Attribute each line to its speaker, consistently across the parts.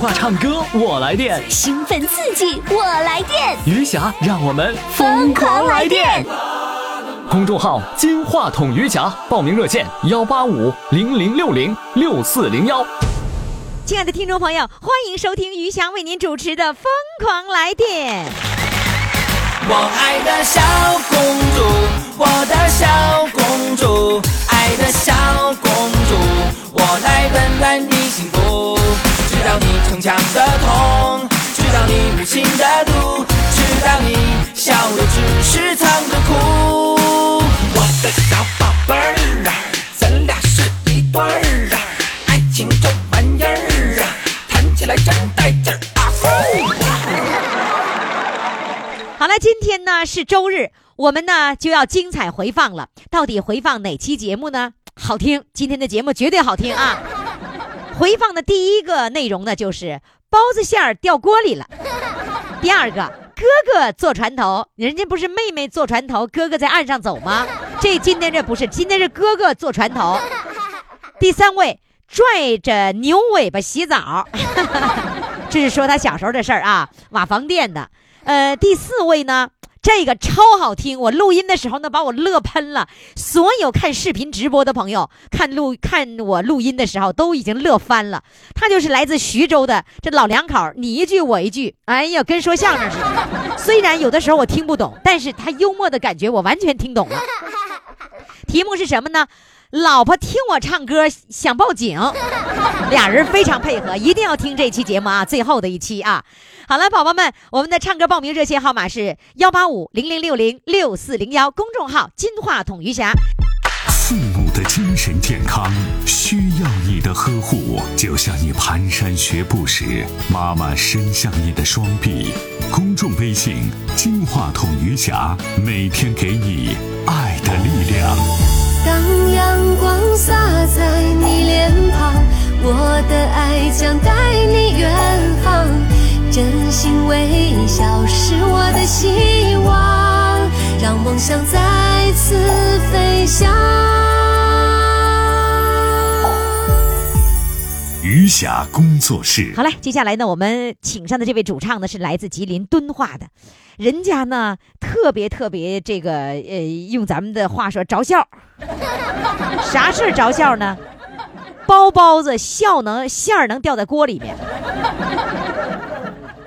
Speaker 1: 话唱歌我来电，
Speaker 2: 兴奋刺激，我来电，
Speaker 1: 余霞让我们
Speaker 2: 疯狂来电！
Speaker 1: 公众号“金话筒余霞”，报名热线：幺八五零零六零六四零幺。
Speaker 3: 亲爱的听众朋友，欢迎收听余霞为您主持的《疯狂来电》。
Speaker 4: 我爱的小公主，我的小公主，爱的小公主，我来温暖你幸福。知道你逞强的痛，知道你无情的毒，知道你笑的只是藏着哭。我的小宝贝儿啊，咱俩是一对儿啊，爱情这玩意儿啊，谈起来真带劲儿啊！
Speaker 3: 好了，今天呢是周日，我们呢就要精彩回放了。到底回放哪期节目呢？好听，今天的节目绝对好听啊！ 回放的第一个内容呢，就是包子馅儿掉锅里了；第二个，哥哥坐船头，人家不是妹妹坐船头，哥哥在岸上走吗？这今天这不是，今天是哥哥坐船头。第三位，拽着牛尾巴洗澡，这是说他小时候的事儿啊，瓦房店的。呃，第四位呢，这个超好听，我录音的时候呢，把我乐喷了。所有看视频直播的朋友，看录看我录音的时候，都已经乐翻了。他就是来自徐州的这老两口，你一句我一句，哎呀，跟说相声似的。虽然有的时候我听不懂，但是他幽默的感觉我完全听懂了。题目是什么呢？老婆听我唱歌想报警，俩人非常配合，一定要听这期节目啊，最后的一期啊。好了，宝宝们，我们的唱歌报名热线号码是幺八五零零六零六四零幺，公众号“金话筒余霞”。
Speaker 5: 父母的精神健康需要你的呵护，就像你蹒跚学步时，妈妈伸向你的双臂。公众微信“金话筒余霞”，每天给你爱的力量。
Speaker 6: 当阳光洒在你脸庞，我的爱将带你远航。真心微笑是我的希望，让梦想再次飞翔。
Speaker 5: 余霞工作室
Speaker 3: 好，嘞，接下来呢，我们请上的这位主唱呢是来自吉林敦化的，人家呢特别特别这个呃，用咱们的话说着笑，啥事儿着笑呢？包包子笑能馅儿能掉在锅里面，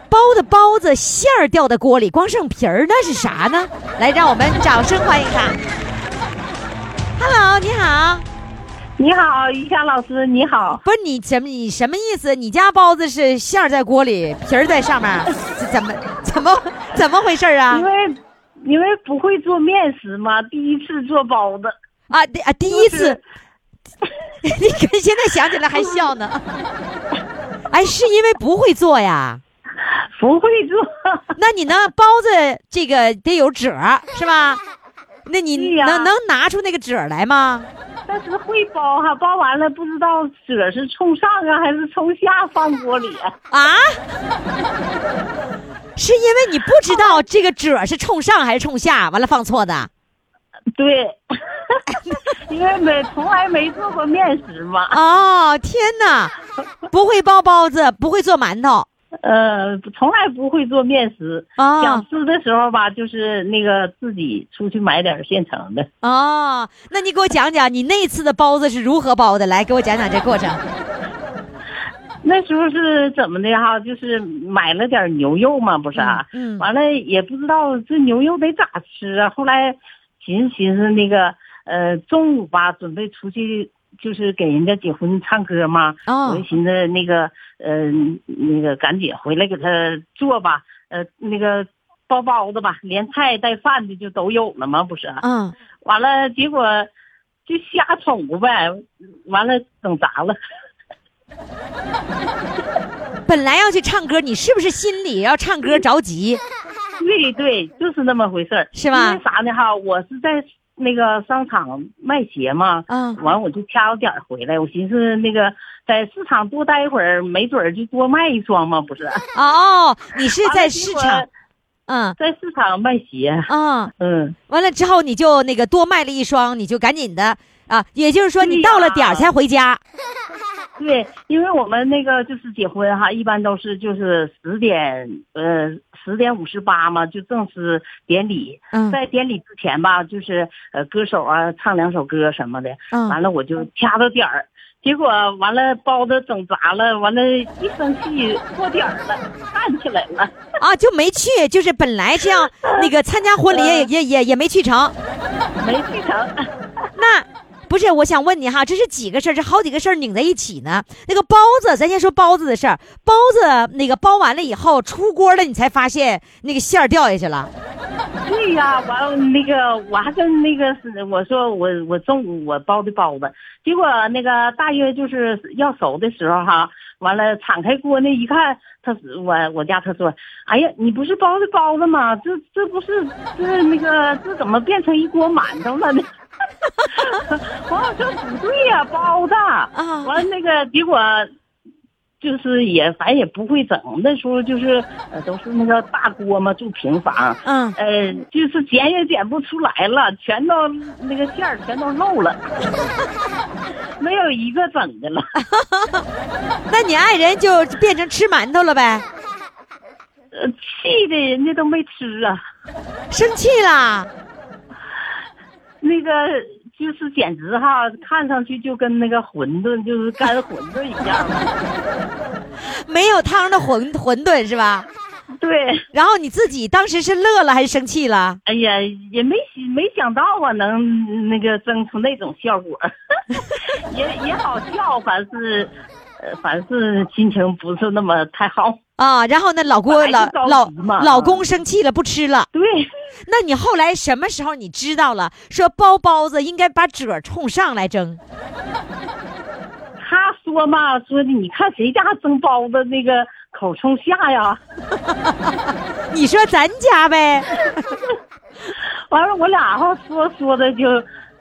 Speaker 3: 包的包子馅儿掉在锅里，光剩皮儿那是啥呢？来，让我们掌声欢迎他。Hello，你好，
Speaker 7: 你好，于霞老师，你好。
Speaker 3: 不是你什么你什么意思？你家包子是馅儿在锅里，皮儿在上面儿，这怎么怎么怎么回事儿啊
Speaker 7: 因？为因为不会做面食嘛，第一次做包子，
Speaker 3: 啊，第啊第一次，你看现在想起来还笑呢。哎，是因为不会做呀？
Speaker 7: 不会做。
Speaker 3: 那你呢？包子这个得有褶儿是吧？那
Speaker 7: 对
Speaker 3: 你
Speaker 7: 呀
Speaker 3: 能能拿出那个褶儿来吗？
Speaker 7: 但是会包哈，包完了不知道褶是冲上啊还是冲下放锅里。
Speaker 3: 啊？是因为你不知道这个褶儿是冲上还是冲下，完了放错的。
Speaker 7: 对， 因为没从来没做过面食嘛，
Speaker 3: 哦，天哪！不会包包子，不会做馒头
Speaker 7: 呃，从来不会做面食。
Speaker 3: 啊
Speaker 7: 想吃的时候吧，就是那个自己出去买点儿现成的。
Speaker 3: 哦，那你给我讲讲你那次的包子是如何包的？来，给我讲讲这过程。
Speaker 7: 那时候是怎么的哈？就是买了点牛肉嘛，不是、啊
Speaker 3: 嗯嗯
Speaker 7: 完了也不知道这牛肉得咋吃啊。后来寻思寻思那个，呃，中午吧，准备出去就是给人家结婚唱歌嘛。
Speaker 3: 哦
Speaker 7: 我就寻思那个，呃，那个赶紧回来给他做吧，呃，那个包包子吧，连菜带饭的就都有了嘛，不是啊、
Speaker 3: 嗯，
Speaker 7: 完了，结果就瞎捅呗，完了整砸 了。
Speaker 3: 本来要去唱歌，你是不是心里要唱歌着急？
Speaker 7: 对对，就是那么回事儿，
Speaker 3: 是吧
Speaker 7: 因为啥呢？哈，我是在那个商场卖鞋嘛，
Speaker 3: 嗯
Speaker 7: 完我就掐着点儿回来，我寻思那个在市场多待一会儿，没准儿就多卖一双嘛，不是？
Speaker 3: 哦，你是
Speaker 7: 完
Speaker 3: 在
Speaker 7: 了
Speaker 3: 市
Speaker 7: 结果
Speaker 3: 场，嗯
Speaker 7: 在市场卖鞋，
Speaker 3: 嗯，
Speaker 7: 嗯，
Speaker 3: 完了之后你就那个多卖了一双，你就赶紧的啊，也就是说你
Speaker 7: 对呀
Speaker 3: 到了点儿才回家。
Speaker 7: 对对，因为我们那个就是结婚哈，一般都是就是十点呃十点五十八嘛，就正式典礼。
Speaker 3: 嗯
Speaker 7: 在典礼之前吧，就是呃歌手啊唱两首歌什么的，
Speaker 3: 嗯
Speaker 7: 完了我就掐着点儿，结果完了包子整砸了，完了一生气过点儿了，站起来了。
Speaker 3: 啊，就没去，就是本来是要那个参加婚礼也也也也没去成。
Speaker 7: 没去成。
Speaker 3: 那不是，我想问你哈，这是几个事儿？这好几个事儿拧在一起呢。那个包子，咱先说包子的事儿。包子那个包完了以后，出锅了，你才发现那个馅儿掉下去了。
Speaker 7: 对呀、完了那个我还跟那个是我说我我中午我包的包子，结果那个大约就是要熟的时候哈，完了敞开锅那一看，他我我家他说，哎呀，你不是包的包子吗？这这不是这那个这怎么变成一锅馒头了呢？ 完我说不对呀、包子
Speaker 3: 啊
Speaker 7: 完了那个结果就是也反正也不会整，那时候就是呃都是那个大锅嘛，住平房，
Speaker 3: 嗯，
Speaker 7: 呃，就是剪也剪不出来了，全都那个馅儿全都漏了，没有一个整的了。
Speaker 3: 那你爱人就变成吃馒头了呗？
Speaker 7: 呃气的人家都没吃啊，
Speaker 3: 生气啦？
Speaker 7: 那个就是简直哈，看上去就跟那个馄饨就是干馄饨一样了。
Speaker 3: 没有汤的馄馄饨是吧？
Speaker 7: 对，
Speaker 3: 然后你自己当时是乐了还是生气了？
Speaker 7: 哎呀，也没没想到啊，能那个蒸出那种效果， 也也好笑，反是。呃，反是心情不是那么太好，
Speaker 3: 啊，然后呢，老公
Speaker 7: 本来
Speaker 3: 老
Speaker 7: 就着
Speaker 3: 老
Speaker 7: 急嘛
Speaker 3: 老公生气了，不吃了。
Speaker 7: 对，
Speaker 3: 那你后来什么时候你知道了？说包包子应该把褶儿冲上来蒸。
Speaker 7: 他说嘛，说的你看谁家蒸包子那个口冲下呀？
Speaker 3: 你说咱家呗，
Speaker 7: 完了，我俩哈说说的就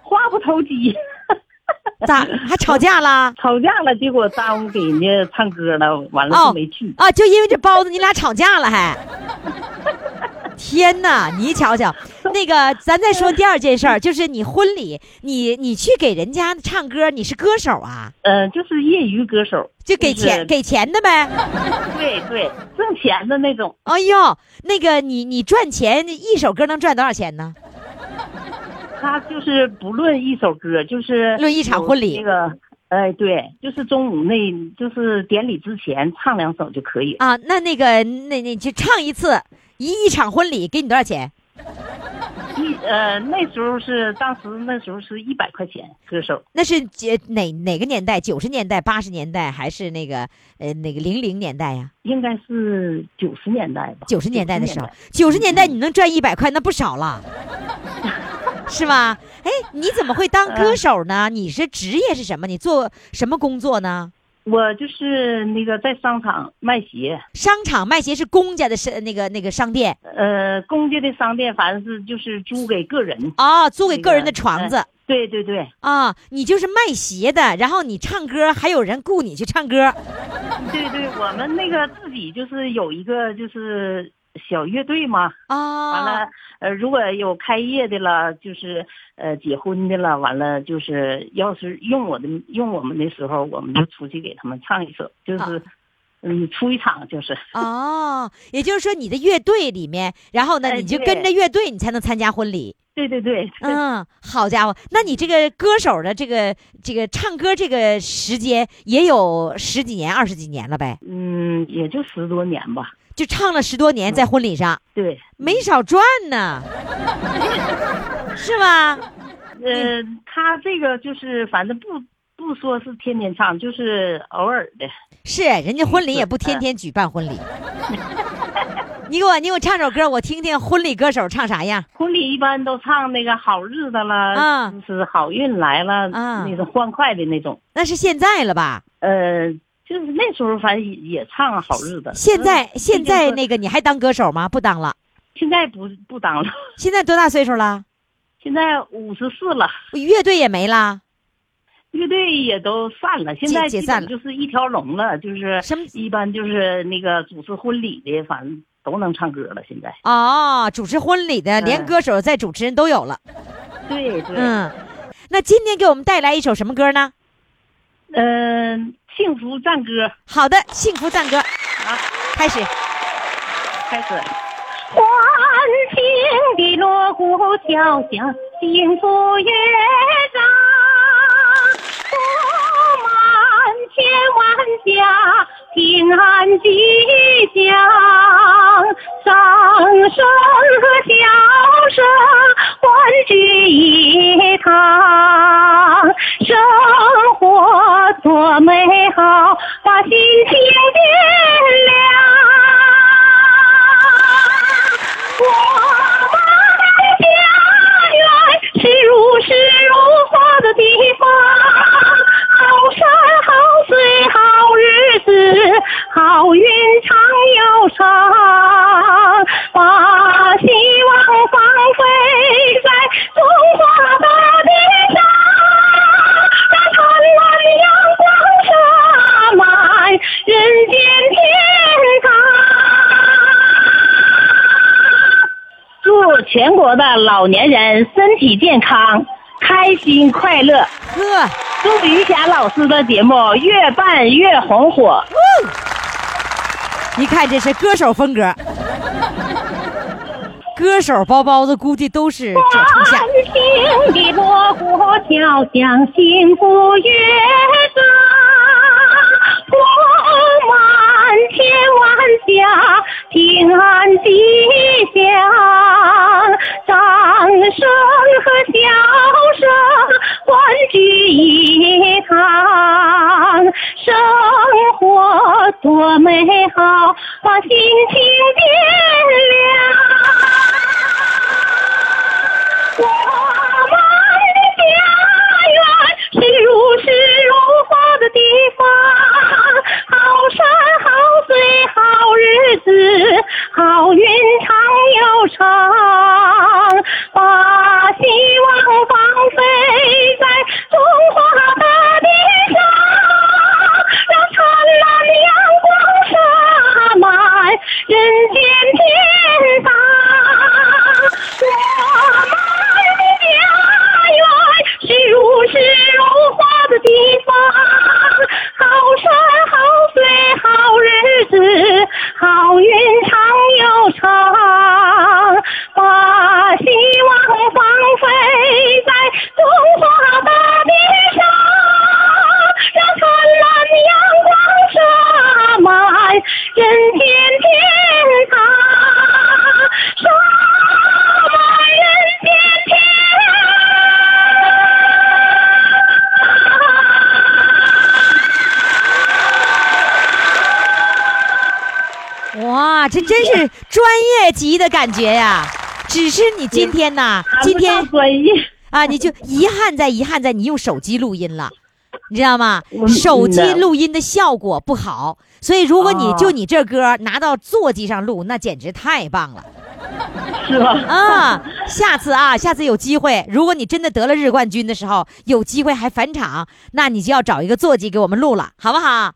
Speaker 7: 话不投机，
Speaker 3: 咋还吵架啦？
Speaker 7: 吵架了，结果耽误给人家唱歌了，完了
Speaker 3: 哦
Speaker 7: 就没去。
Speaker 3: 啊，就因为这包子你俩吵架了还？天哪，你瞧瞧，那个咱再说第二件事儿，就是你婚礼，你你去给人家唱歌，你是歌手啊，
Speaker 7: 呃，就是业余歌手，
Speaker 3: 就给
Speaker 7: 是
Speaker 3: 钱给钱的呗。
Speaker 7: 对对，挣钱的那种。
Speaker 3: 哎呦，那个你你赚钱一首歌能赚多少钱呢？
Speaker 7: 他就是不论一首歌，就是
Speaker 3: 论一场婚礼
Speaker 7: 有那个，哎，对，就是中午那，就是典礼之前唱两首就可以。
Speaker 3: 啊，那那个那那就唱一次一一场婚礼给你多少钱？
Speaker 7: 一呃，那时候是当时那时候是一百块钱歌手。
Speaker 3: 那是几哪哪个年代？九十年代、八十年代，还是那个呃那个零零年代呀、
Speaker 7: 应该是九十年代吧，
Speaker 3: 九十年代的
Speaker 7: 90
Speaker 3: 时候，九十年代你能赚一百块，那不少了，是吧？哎，你怎么会当歌手呢？你是职业是什么？你做什么工作呢？
Speaker 7: 我就是那个在商场卖鞋，
Speaker 3: 商场卖鞋是公家的是那个那个商店
Speaker 7: 呃，公家的商店反正是就是租给个人，
Speaker 3: 啊，租给
Speaker 7: 那
Speaker 3: 个人
Speaker 7: 个
Speaker 3: 的床
Speaker 7: 哎
Speaker 3: 子
Speaker 7: 对对对
Speaker 3: 啊，你就是卖鞋的，然后你唱歌，还有人雇你去唱歌。
Speaker 7: 对对，我们那个自己就是有一个就是小乐队嘛，完
Speaker 3: 啊，
Speaker 7: 了，呃，如果有开业的了，就是呃结婚的了，完了就是要是用我的用我们的时候，我们就出去给他们唱一首，就是、嗯出一场就是。
Speaker 3: 哦，也就是说你的乐队里面，然后呢，
Speaker 7: 哎
Speaker 3: 你就
Speaker 7: 对
Speaker 3: 跟着乐队，你才能参加婚礼。
Speaker 7: 对对对，
Speaker 3: 嗯，好家伙，那你这个歌手的这个这个唱歌这个时间也有十几年、二十几年了呗，
Speaker 7: 嗯，也就十多年吧。
Speaker 3: 就唱了十多年，在婚礼上
Speaker 7: 对，
Speaker 3: 没少赚呢，是吧？
Speaker 7: 呃，他这个就是反正不不说是天天唱，就是偶尔的。
Speaker 3: 是，人家婚礼也不天天举办婚礼。你给我，你给我唱首歌，我听听婚礼歌手唱啥样。
Speaker 7: 婚礼一般都唱那个好日子了，
Speaker 3: 啊
Speaker 7: 就是好运来了，
Speaker 3: 啊
Speaker 7: 那种欢快的那种。
Speaker 3: 那是现在了吧？
Speaker 7: 呃，就是那时候反正也也唱好日子。
Speaker 3: 现在
Speaker 7: 嗯
Speaker 3: 现在
Speaker 7: 毕竟说
Speaker 3: 那个你还当歌手吗？不当了。
Speaker 7: 现在不不当了，
Speaker 3: 现在多大岁数了？
Speaker 7: 现在五十四了，
Speaker 3: 乐队也没啦，
Speaker 7: 乐队也都散了，现在
Speaker 3: 解
Speaker 7: 基
Speaker 3: 散
Speaker 7: 本
Speaker 3: 了
Speaker 7: 就是一条龙了，就是
Speaker 3: 什么
Speaker 7: 一般就是那个主持婚礼的，反正都能唱歌了。现在
Speaker 3: 哦，主持婚礼的，连
Speaker 7: 嗯
Speaker 3: 歌手在主持人都有了。嗯
Speaker 7: 对对，
Speaker 3: 嗯，那今天给我们带来一首什么歌呢？
Speaker 7: 嗯，幸
Speaker 8: 幸福赞歌
Speaker 3: 好的，幸福赞歌，
Speaker 8: 啊，
Speaker 3: 开始。
Speaker 8: 开始。欢庆的锣鼓敲响，幸福乐章，布满千万家，平安吉祥，掌声和笑声欢聚一堂，生活多美好，把心情点亮。我们的家园是如诗如画的地方，好山好水好日子，好运常又长，把希望放飞在中华大地上，让灿烂阳光洒满人间天堂。祝全国的老年人身体健康、开心快乐！
Speaker 3: 呵，
Speaker 8: 祝余霞老师的节目越办越红火！
Speaker 3: 一看这是歌手风格，歌手包包子估计都是这初夏。
Speaker 8: 安静的锣鼓敲响，幸福乐章，布满千万家，平安吉祥，掌声和笑声欢聚一堂，生活多美好，把心情点亮。我们的家园是如诗如画的地方，好山好水好日子，好运常又长，把希望放飞在中华大地上，让灿烂阳光洒满人间天堂。我们的家园是如诗如画的地方，好山好水好日子，好运常又长，把希望放飞在中华大地上，让灿烂阳光洒满人间天堂。洒满人间天
Speaker 3: 哇，这真是专业级的感觉呀、只是你今天呐、
Speaker 8: 堂，
Speaker 3: 今天
Speaker 8: 专业，
Speaker 3: 啊，你就遗憾在遗憾在你用手机录音了，你知道吗
Speaker 8: 我？
Speaker 3: 手机
Speaker 8: 嗯的
Speaker 3: 录音的效果不好，所以如果你
Speaker 8: 哦
Speaker 3: 就你这歌拿到座机上录，那简直太棒了。
Speaker 8: 是吧？
Speaker 3: 啊，下次啊，下次有机会，如果你真的得了日冠军的时候，有机会还返场，那你就要找一个座机给我们录了，好不好？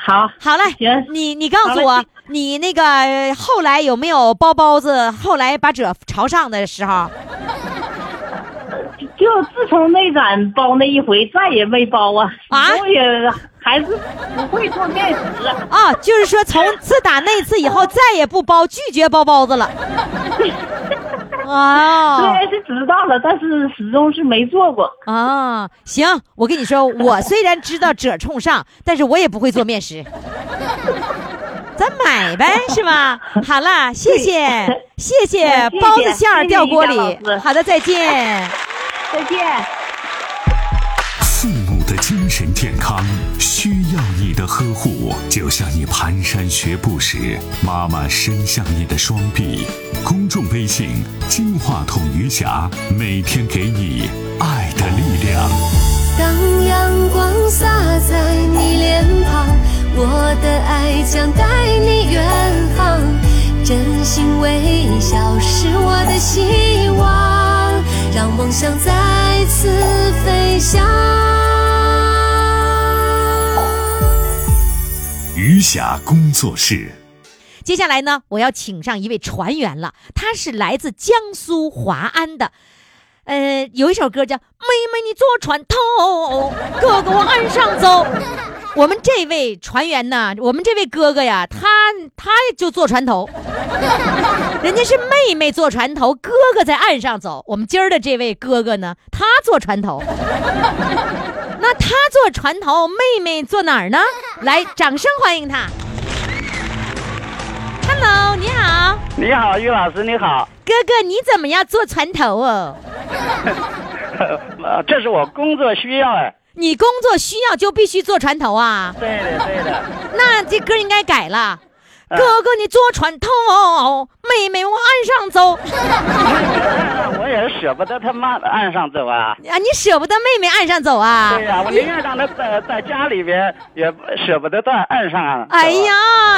Speaker 8: 好，
Speaker 3: 好嘞，
Speaker 8: 行
Speaker 3: 你你告
Speaker 8: 好
Speaker 3: 诉
Speaker 8: 嘞
Speaker 3: 我，你那个呃后来有没有包包子？后来把褶朝上的时候，
Speaker 8: 就自从那咱包那一回，再也没包啊，
Speaker 3: 啊
Speaker 8: 我也还是不会做面食了。
Speaker 3: 啊，就是说从自打那次以后，再也不包，拒绝包包 子了。
Speaker 8: 虽
Speaker 3: 哦
Speaker 8: 然是知道了，但是始终是没做过。
Speaker 3: 啊，行，我跟你说，我虽然知道褶冲上，但是我也不会做面食。咱买呗，是吧？好啦，谢谢，谢谢
Speaker 8: 嗯谢谢
Speaker 3: 包子馅儿
Speaker 8: 谢谢
Speaker 3: 掉锅
Speaker 8: 于
Speaker 3: 里
Speaker 8: 洋老师。
Speaker 3: 好的，再见。
Speaker 8: 再 见。
Speaker 5: 父母的精神健康需要你的呵护，就像你蹒跚学步时，妈妈伸向你的双臂。公众微信“金话筒余霞”，每天给你爱的力量。
Speaker 6: 当阳光洒在你脸庞，我的爱将带你远航。真心微笑是我的希望，让梦想再次飞翔。
Speaker 5: 余霞工作室。
Speaker 3: 接下来呢，我要请上一位船员了，他是来自江苏华安的。呃，有一首歌叫《妹妹你坐船头，哥哥我岸上走》，我们这位船员呢，我们这位哥哥呀，他他就坐船头，人家是妹妹坐船头，哥哥在岸上走。我们今儿的这位哥哥呢，他坐船头，那他坐船头，妹妹坐哪儿呢？来，掌声欢迎他。Hello，你好，
Speaker 9: 你好，于老师，你好。
Speaker 3: 哥哥，你怎么样坐船头哦？
Speaker 9: 呃，这是我工作需要哎。
Speaker 3: 你工作需要就必须坐船头啊？
Speaker 9: 对的，对的。嗯
Speaker 3: 那这歌应该改了。哥哥，你坐船头，妹妹往岸上走啊
Speaker 9: 我也舍不得他妈的岸上走啊。
Speaker 3: 啊！你舍不得妹妹岸上走啊
Speaker 9: 对？呀、我宁愿让他在在家里边，也舍不得在岸上啊。
Speaker 3: 哎呀，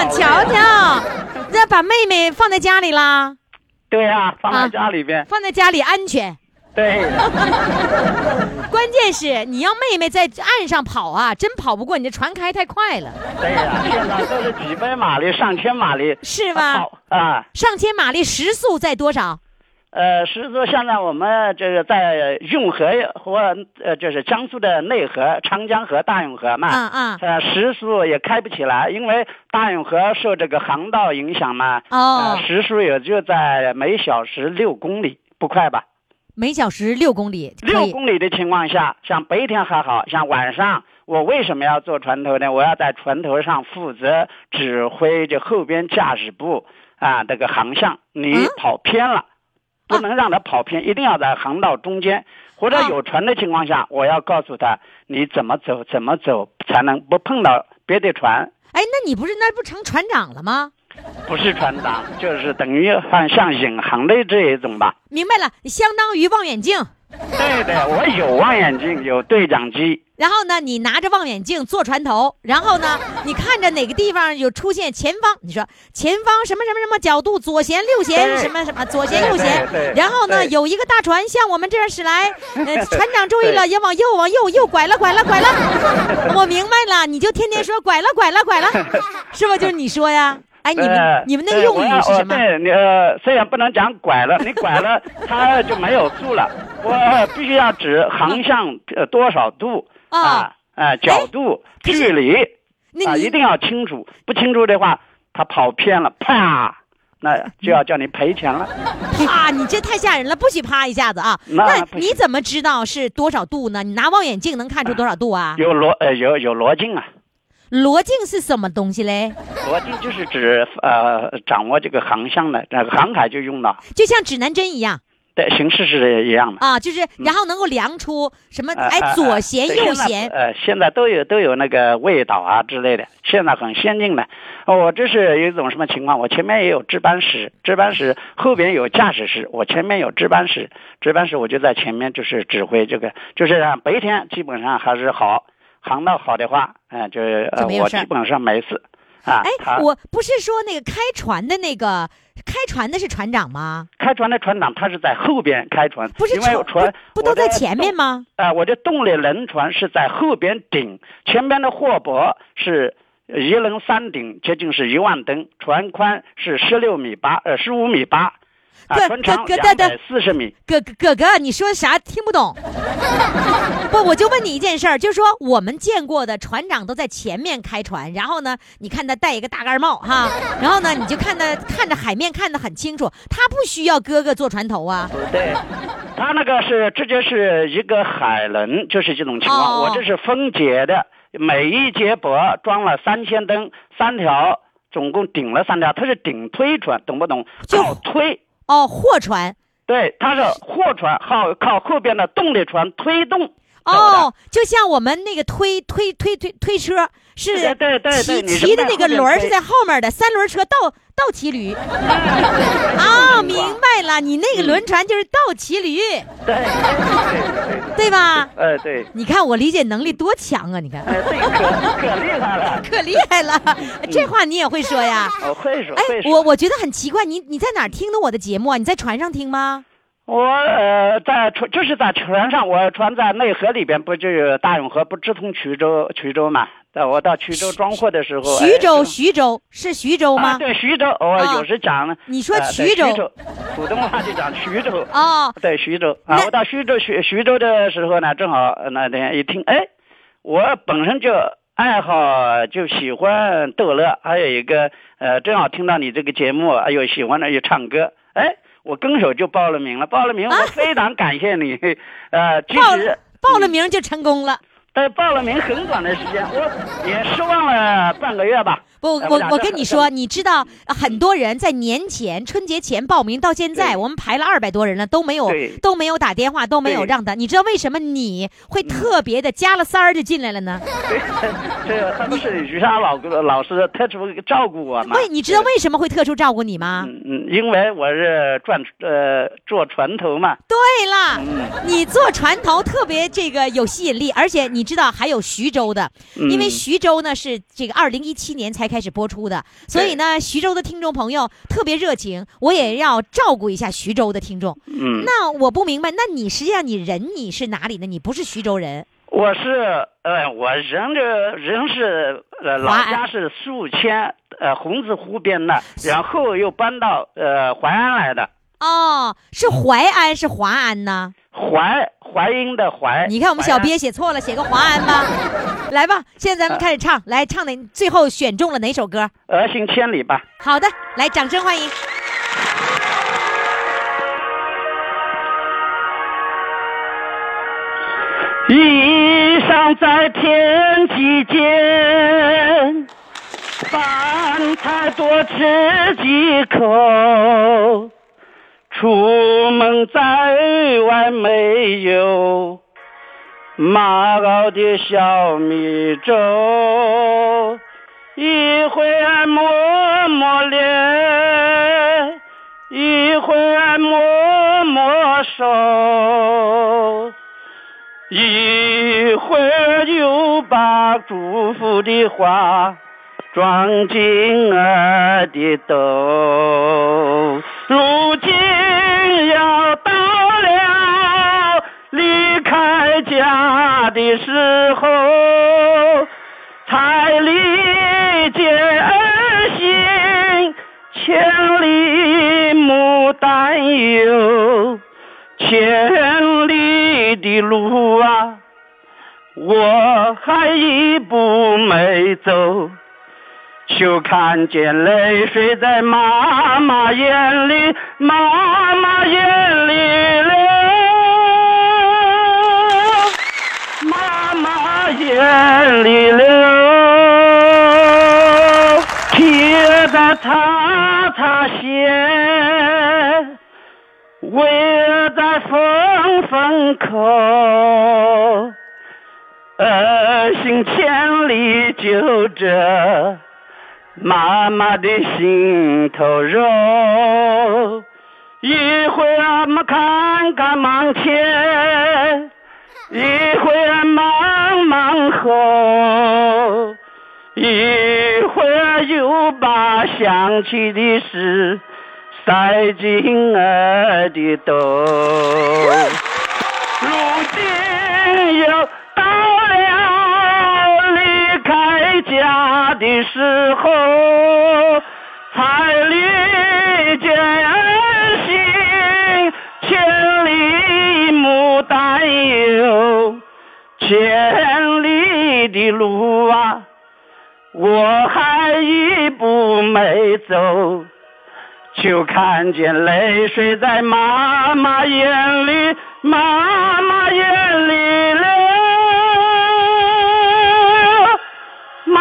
Speaker 9: 走
Speaker 3: 瞧瞧，那把妹妹放在家里啦，
Speaker 9: 对呀、放
Speaker 3: 啊
Speaker 9: 在家里边。
Speaker 3: 放在家里安全。
Speaker 9: 对的，
Speaker 3: 关键是你要妹妹在岸上跑啊，真跑不过你这船开太快了，
Speaker 9: 对呀、现在都是几百马力、上千马力。
Speaker 3: 是吧？
Speaker 9: 好啊，
Speaker 3: 上千马力时速在多少？
Speaker 9: 呃，实则现在我们这个在运河或呃，就是江苏的内河、长江河、大运河嘛，
Speaker 3: 啊啊
Speaker 9: 呃，时速也开不起来，因为大运河受这个航道影响嘛，
Speaker 3: 哦
Speaker 9: 呃，时速也就在每小时六公里，不快吧？
Speaker 3: 每小时六公里，可
Speaker 9: 六
Speaker 3: 以。
Speaker 9: 公里的情况下，像白天还好，像晚上，我为什么要坐船头呢？我要在船头上负责指挥这后边驾驶部啊，这个航向，你
Speaker 3: 嗯
Speaker 9: 跑偏了，不能让他跑偏，一定要在航道中间，或者
Speaker 3: 啊
Speaker 9: 有船的情况下，我要告诉他你怎么走，怎么走才能不碰到别的船。
Speaker 3: 哎，那你不是那不成船长了吗？
Speaker 9: 不是船长，就是等于像像引航的这一种吧。
Speaker 3: 明白了，相当于望远镜。
Speaker 9: 对的，我有望远镜，有对讲机。
Speaker 3: 然后呢，你拿着望远镜坐船头，然后呢，你看着哪个地方有出现前方，你说前方什么什么什么角度，左舷右舷
Speaker 9: 对
Speaker 3: 什么什么，左舷右
Speaker 9: 对对
Speaker 3: 舷。
Speaker 9: 对
Speaker 3: 然后呢，
Speaker 9: 对
Speaker 3: 有一个大船向我们这边驶 来，呃，船长注意了，
Speaker 9: 对
Speaker 3: 要往右往右右拐了拐了拐了。 我明白了，你就天天说拐了拐了拐了，是不？就是你说呀？哎，你们
Speaker 9: 呃
Speaker 3: 你们那个
Speaker 9: 对
Speaker 3: 用
Speaker 9: 我
Speaker 3: 语
Speaker 9: 要
Speaker 3: 是
Speaker 9: 我
Speaker 3: 什么？
Speaker 9: 对，你呃，虽然不能讲拐了，你 拐了它就没有度了。我必须要指航向呃多少度
Speaker 3: 啊
Speaker 9: 啊啊角度
Speaker 3: 可是
Speaker 9: 距离
Speaker 3: 那
Speaker 9: 啊
Speaker 3: 你
Speaker 9: 一定要清楚，不清楚的话它跑偏了，啪，那就要叫你赔钱了。
Speaker 3: 啊 啪！你这太吓人了，不许啪一下子啊！
Speaker 9: 那
Speaker 3: 那
Speaker 9: 不行
Speaker 3: 你怎么知道是多少度呢？你拿望远镜能看出多少度啊？
Speaker 9: 有罗呃有有罗镜啊。
Speaker 3: 罗镜是什么东西嘞？
Speaker 9: 罗经就是指呃掌握这个航向的，这个航海就用到，
Speaker 3: 就像指南针一样
Speaker 9: 对，形式是一样的。
Speaker 3: 啊，就是
Speaker 9: 嗯
Speaker 3: 然后能够量出什么
Speaker 9: 呃
Speaker 3: 哎
Speaker 9: 呃
Speaker 3: 左
Speaker 9: 呃
Speaker 3: 舷
Speaker 9: 对
Speaker 3: 右
Speaker 9: 现在
Speaker 3: 舷
Speaker 9: 呃，现在都有都有那个味道啊之类的，现在很先进的。哦我这是有一种什么情况？我前面也有值班室，值班室后边有驾驶室，我前面有值班室，值班室我就在前面就是指挥这个，就是啊白天基本上还是好，航道好的话，嗯、就是、呃、
Speaker 3: 就没有
Speaker 9: 我
Speaker 3: 事儿
Speaker 9: 基本上没事啊。
Speaker 3: 哎，
Speaker 9: 他
Speaker 3: 我不是说那个开船的那个开船的是船长吗？
Speaker 9: 开船的船长他是在后边开船，
Speaker 3: 不是
Speaker 9: 因为船
Speaker 3: 不不都在前面？吗？
Speaker 9: 我的动啊、我的动力轮船是在后边顶，前边的货舶是一轮三顶，接近是一万吨，船宽是十六米八，呃，十五米八，啊
Speaker 3: 对，
Speaker 9: 船长
Speaker 3: 对
Speaker 9: 两
Speaker 3: 对对
Speaker 9: 百四十米。
Speaker 3: 哥哥哥哥，你说啥听不 懂？不，我就问你一件事儿，就是说我们见过的船长都在前面开船，然后呢，你看他戴一个大盖帽哈，然后呢，你就看他看着海面看得很清楚，他不需要哥哥坐船头啊。
Speaker 9: 对，他那个是直接是一个海轮，就是这种情况。
Speaker 3: 哦
Speaker 9: 我这是分解的，每一节舶装了三千吨，三条，总共顶了三条，它是顶推船，懂不懂？
Speaker 3: 就
Speaker 9: 靠推。
Speaker 3: 哦，货船
Speaker 9: 对，它是货船靠靠后边的动力船推动。
Speaker 3: 哦，就像我们那个推推推推推车是
Speaker 9: 对对对对
Speaker 3: 骑
Speaker 9: 你是
Speaker 3: 骑的
Speaker 9: 在
Speaker 3: 那
Speaker 9: 后
Speaker 3: 个
Speaker 9: 面
Speaker 3: 轮儿是
Speaker 9: 推
Speaker 3: 在后面的，三轮车倒倒骑驴。 哦，明白了，你那个轮船就是倒骑驴，
Speaker 9: 嗯对对对对对，
Speaker 3: 对吧？
Speaker 9: 呃对，
Speaker 3: 你看我理解能力多强啊！你看，
Speaker 9: 呃这个可可厉害了，
Speaker 3: 可厉害了，这话你也会说呀？
Speaker 9: 我会说
Speaker 3: 哎
Speaker 9: 嗯会，说。
Speaker 3: 我我觉得很奇怪，你你在哪儿听的我的节目啊？你在船上听吗？
Speaker 9: 我呃，在船就是在船上，我船在内河里边，不就有大运河不直通衢州衢州嘛？对，我到衢州装货的时候，
Speaker 3: 徐州，
Speaker 9: 哎
Speaker 3: 徐州是徐州
Speaker 9: 啊，
Speaker 3: 吗？
Speaker 9: 对徐州，我
Speaker 3: 啊
Speaker 9: 有时讲，
Speaker 3: 你说
Speaker 9: 呃对
Speaker 3: 衢州
Speaker 9: 徐州，普通话就讲徐州。
Speaker 3: 哦，
Speaker 9: 对徐州啊
Speaker 3: 那，
Speaker 9: 我到徐州徐徐州的时候呢，正好呃那天一听，哎，我本身就
Speaker 10: 爱好就喜欢逗乐，还有一个呃，正好听到你这个节目，哎呦，喜欢的又唱歌，哎，我跟手就报了名了，报了名，我非常感谢你， 呃，其
Speaker 3: 啊报
Speaker 9: 嗯
Speaker 10: 实
Speaker 3: 报了名就成功了。
Speaker 10: 但报了名很短的时间，我也失望了半个月吧。
Speaker 3: 不，
Speaker 10: 哎
Speaker 3: 我
Speaker 10: 俩
Speaker 3: 我
Speaker 10: 这
Speaker 3: 跟你说，你知道呃很多人在年前春节前报名，到现在
Speaker 10: 对
Speaker 3: 我们排了二百多人了，都没有
Speaker 10: 对
Speaker 3: 都没有打电话，都没有
Speaker 10: 对嗯
Speaker 3: 让的。你知道为什么你会特别的加了三儿就进来了呢？
Speaker 10: 这个他们是于莎老老师特殊照顾我嘛？
Speaker 3: 为你知道为什么会特殊照顾你吗？
Speaker 10: 嗯嗯，因为我是转呃做船头嘛，
Speaker 3: 对了，
Speaker 10: 嗯
Speaker 3: 你做船头特别这个有吸引力，而且你知道还有徐州的，因为
Speaker 10: 嗯
Speaker 3: 徐州呢是这个二零一七年才开始播出的，所以呢徐州的听众朋友特别热情，我也要照顾一下徐州的听众。
Speaker 10: 嗯，
Speaker 3: 那我不明白，那你实际上你人你是哪里的？你不是徐州人，
Speaker 10: 我是呃我人这人是呃老
Speaker 3: 华安
Speaker 10: 家是宿迁呃红子湖边的，然后又搬到呃淮安来的，
Speaker 3: 哦，是淮安，是华安呐。
Speaker 10: 淮淮阴的淮。
Speaker 3: 你看我们
Speaker 10: 淮
Speaker 3: 小
Speaker 10: 安
Speaker 3: 编写错了，写个哎华安 吧。来吧，现在咱们开始唱，来唱哪？最后选中了哪首歌？
Speaker 10: 儿行千里吧。
Speaker 3: 好的，来掌声欢迎。
Speaker 10: 衣裳在天际间，饭菜多吃几口。出门在外没有马熬的小米粥，一会儿抹抹脸，一会儿抹抹手。一会儿又把祝福的话装进儿的兜，如今要到了离开家的时候，才理解儿行千里母担忧。千里的路啊，我还一步没走，就看见泪水在妈妈眼里，妈妈眼里流，妈妈眼里流，贴着擦擦鞋。围在风风口，儿行千里就这妈妈的心头肉。一会儿我们看看忙前，一会儿忙忙后，一会儿又把想起的事。塞进儿的兜。如今又到了离开家的时候，才理解儿行千里母担忧，千里的路啊，我还一步没走。就看见泪水在妈妈眼里，妈妈眼里流，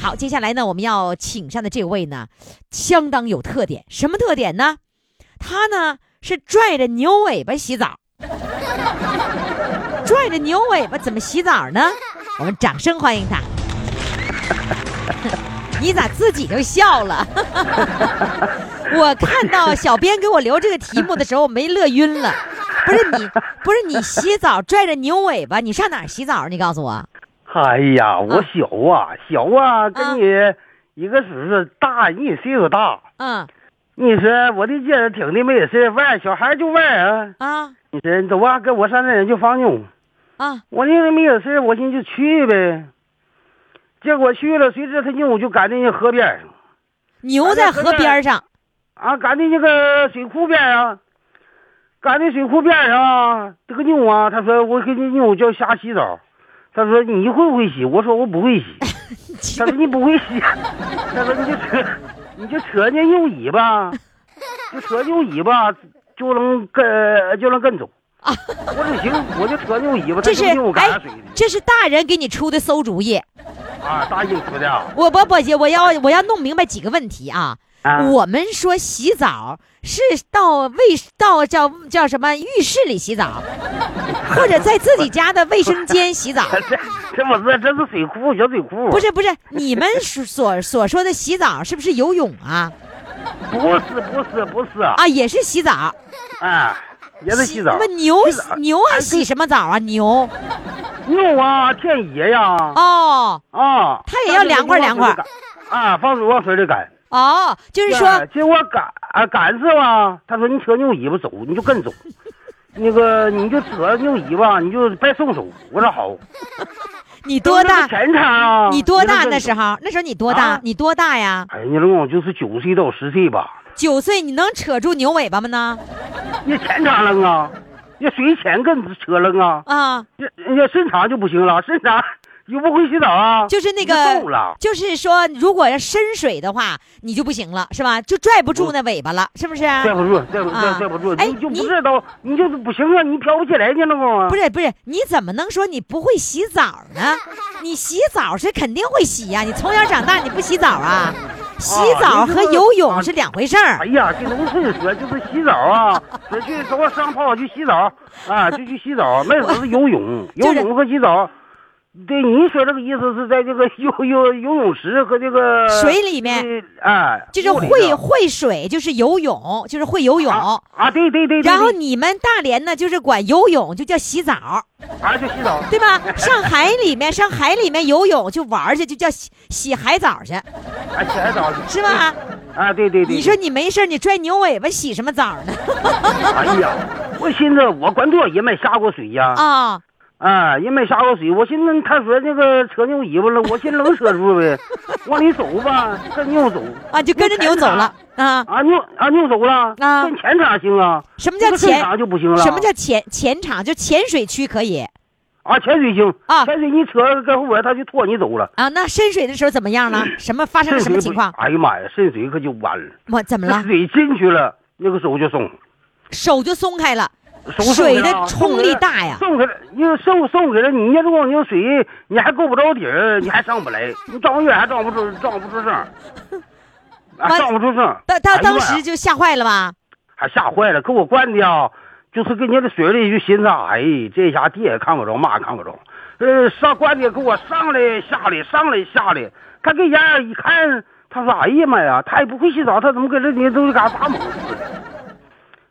Speaker 3: 好，接下来呢，我们要请上的这位呢，相当有特点。什么特点呢？他呢是拽着牛尾巴洗澡， 拽着牛尾巴怎么洗澡呢？我们掌声欢迎他。 你咋自己就笑了？ 我看到小编给我留这个题目的时候，我没乐晕了。不是你，不是你洗澡拽着牛尾巴，你上哪儿洗澡？你告诉我。
Speaker 11: 哎呀，我小啊，小啊，跟你一个只是大，你岁数大，
Speaker 3: 嗯
Speaker 11: 你说我的劲儿挺的没得事儿，外小孩就外啊。
Speaker 3: 啊
Speaker 11: 你说你走啊，跟我上那人就放牛，
Speaker 3: 啊
Speaker 11: 我那个没有事儿，我寻思就去呗。结果去了，谁知他牛就赶进河边儿
Speaker 3: 牛在河边上，
Speaker 11: 啊，赶进那个水库边儿啊，赶进水库边儿上啊，这个牛啊，他说我给你牛叫瞎洗澡，他说你会不会洗？我说我不会洗， 他说你不会洗，他说你就扯，你就扯那牛尾 巴，就扯牛尾巴就能跟就能跟走。我说行，我就扯牛尾巴，他
Speaker 3: 啊这是
Speaker 11: 就牛我赶
Speaker 3: 哎
Speaker 11: 上水里
Speaker 3: 这是大人给你出的馊主意。
Speaker 11: 啊，大硬说的啊。
Speaker 3: 我不不姐，我要我要弄明白几个问题啊。
Speaker 11: 啊
Speaker 3: 我们说洗澡是到卫到叫叫什么浴室里洗澡，或者在自己家的卫生间洗 澡。
Speaker 11: 这这我这这是水库小水库，
Speaker 3: 不是不是，你们所所所说的洗澡是不是游泳啊？
Speaker 11: 不是不是不是啊，
Speaker 3: 啊，也是洗澡。
Speaker 11: 也是洗澡。
Speaker 3: 不牛
Speaker 11: 洗澡
Speaker 3: 牛还洗什么澡啊？牛
Speaker 11: 牛啊，天爷呀！
Speaker 3: 哦
Speaker 11: 啊，
Speaker 3: 它也要凉快凉快。
Speaker 11: 啊，放水往水里赶。
Speaker 3: 哦，就是说
Speaker 11: 啊结果赶啊赶是吧？他说你扯牛尾巴走，你就跟走， 那个你就扯牛尾巴，你就别松手。我说好。
Speaker 3: 你多
Speaker 11: 那
Speaker 3: 大
Speaker 11: 是？前茬啊？
Speaker 3: 你多大那时
Speaker 11: 是？
Speaker 3: 候？那时候你多大
Speaker 11: 啊？
Speaker 3: 你多大呀？
Speaker 11: 哎，你老我就是九岁到十岁吧，
Speaker 3: 九岁，你能扯住牛尾巴吗呢？
Speaker 11: 那前茬楞啊，那水前跟扯楞啊，
Speaker 3: 啊，
Speaker 11: 那那身长就不行了，身长又不会洗澡啊，
Speaker 3: 就是那
Speaker 11: 你就瘦了
Speaker 3: 个，就是说，如果要深水的话，你就不行了，是吧？就拽不住那尾巴了，是不是？
Speaker 11: 拽不住，拽不拽
Speaker 3: 啊
Speaker 11: 拽不住，
Speaker 3: 哎
Speaker 11: 你就
Speaker 3: 你
Speaker 11: 不知道，你就是不行啊，你飘不起来呢，那功啊
Speaker 3: 不。是不是，你怎么能说你不会洗澡呢？你洗澡是肯定会洗呀、你从小长大你不洗澡啊？洗澡和游泳是两回事
Speaker 11: 哎
Speaker 3: 儿。
Speaker 11: 呀，这农村说就是洗澡啊，说去走上泡去洗澡啊，就去洗澡，那只是游泳，
Speaker 3: 就
Speaker 11: 游
Speaker 3: 是
Speaker 11: 泳和洗澡。对，你说这个意思是在这个游游游泳池和这个
Speaker 3: 水里面，
Speaker 11: 哎，
Speaker 3: 就是
Speaker 11: 湖里
Speaker 3: 会
Speaker 11: 头
Speaker 3: 会水，就是游泳，就是会游泳。
Speaker 11: 啊啊，对对对对，
Speaker 3: 然后
Speaker 11: 对
Speaker 3: 你们大连呢，就是管游泳就叫洗澡，
Speaker 11: 啊就洗澡，
Speaker 3: 对吧？上海里面，上海里面游泳就玩儿去，就叫洗洗海澡去，
Speaker 11: 啊洗海澡
Speaker 3: 是吧？
Speaker 11: 啊，对对对，
Speaker 3: 你说你没事儿，你拽牛尾巴洗什么澡 呢？
Speaker 11: 哎呀，我寻思我管多也没下过水 呀，
Speaker 3: 啊、
Speaker 11: 啊，也没下过水。我寻思他说那个扯牛尾巴了， 我寻思能扯 住呗，往里走吧，跟牛走
Speaker 3: 啊，就跟着牛走了啊？
Speaker 11: 啊牛啊牛走了
Speaker 3: 啊
Speaker 11: 跟前场行啊，
Speaker 3: 什么叫
Speaker 11: 那
Speaker 3: 前
Speaker 11: 正常就不行了，
Speaker 3: 什么叫潜潜场？就潜水区可以
Speaker 11: 啊潜水行
Speaker 3: 啊
Speaker 11: 潜水你扯跟后边他就拖你走了，
Speaker 3: 啊？那深水的时候怎么样了？什么发生了什
Speaker 11: 渗
Speaker 3: 么
Speaker 11: 水不
Speaker 3: 情况？
Speaker 11: 哎呀妈呀，渗嗯水可就完了，
Speaker 3: 我怎么
Speaker 11: 这
Speaker 3: 了？
Speaker 11: 水进去了，那个手就松，
Speaker 3: 手就松开了，
Speaker 11: 手松
Speaker 3: 水
Speaker 11: 开
Speaker 3: 的
Speaker 11: 了啊
Speaker 3: 冲力大呀！
Speaker 11: 送给了，你送送给了你，要是光有水，你还够不着底儿，你还上不来，你照远还照不住，照不住声儿，
Speaker 3: 完
Speaker 11: 啊，照不住声儿。
Speaker 3: 当当
Speaker 11: 哎呀
Speaker 3: 当时就吓坏了吧？
Speaker 11: 还吓坏了，给我灌的啊，就是跟人家的水里就寻思，哎，这下地也看不着，嘛也看不着，呃，上灌的给我上来下来，上来下来，他给人家一看，他说，哎呀妈呀，他也不会洗澡，他怎么跟这人都嘎打猛似的，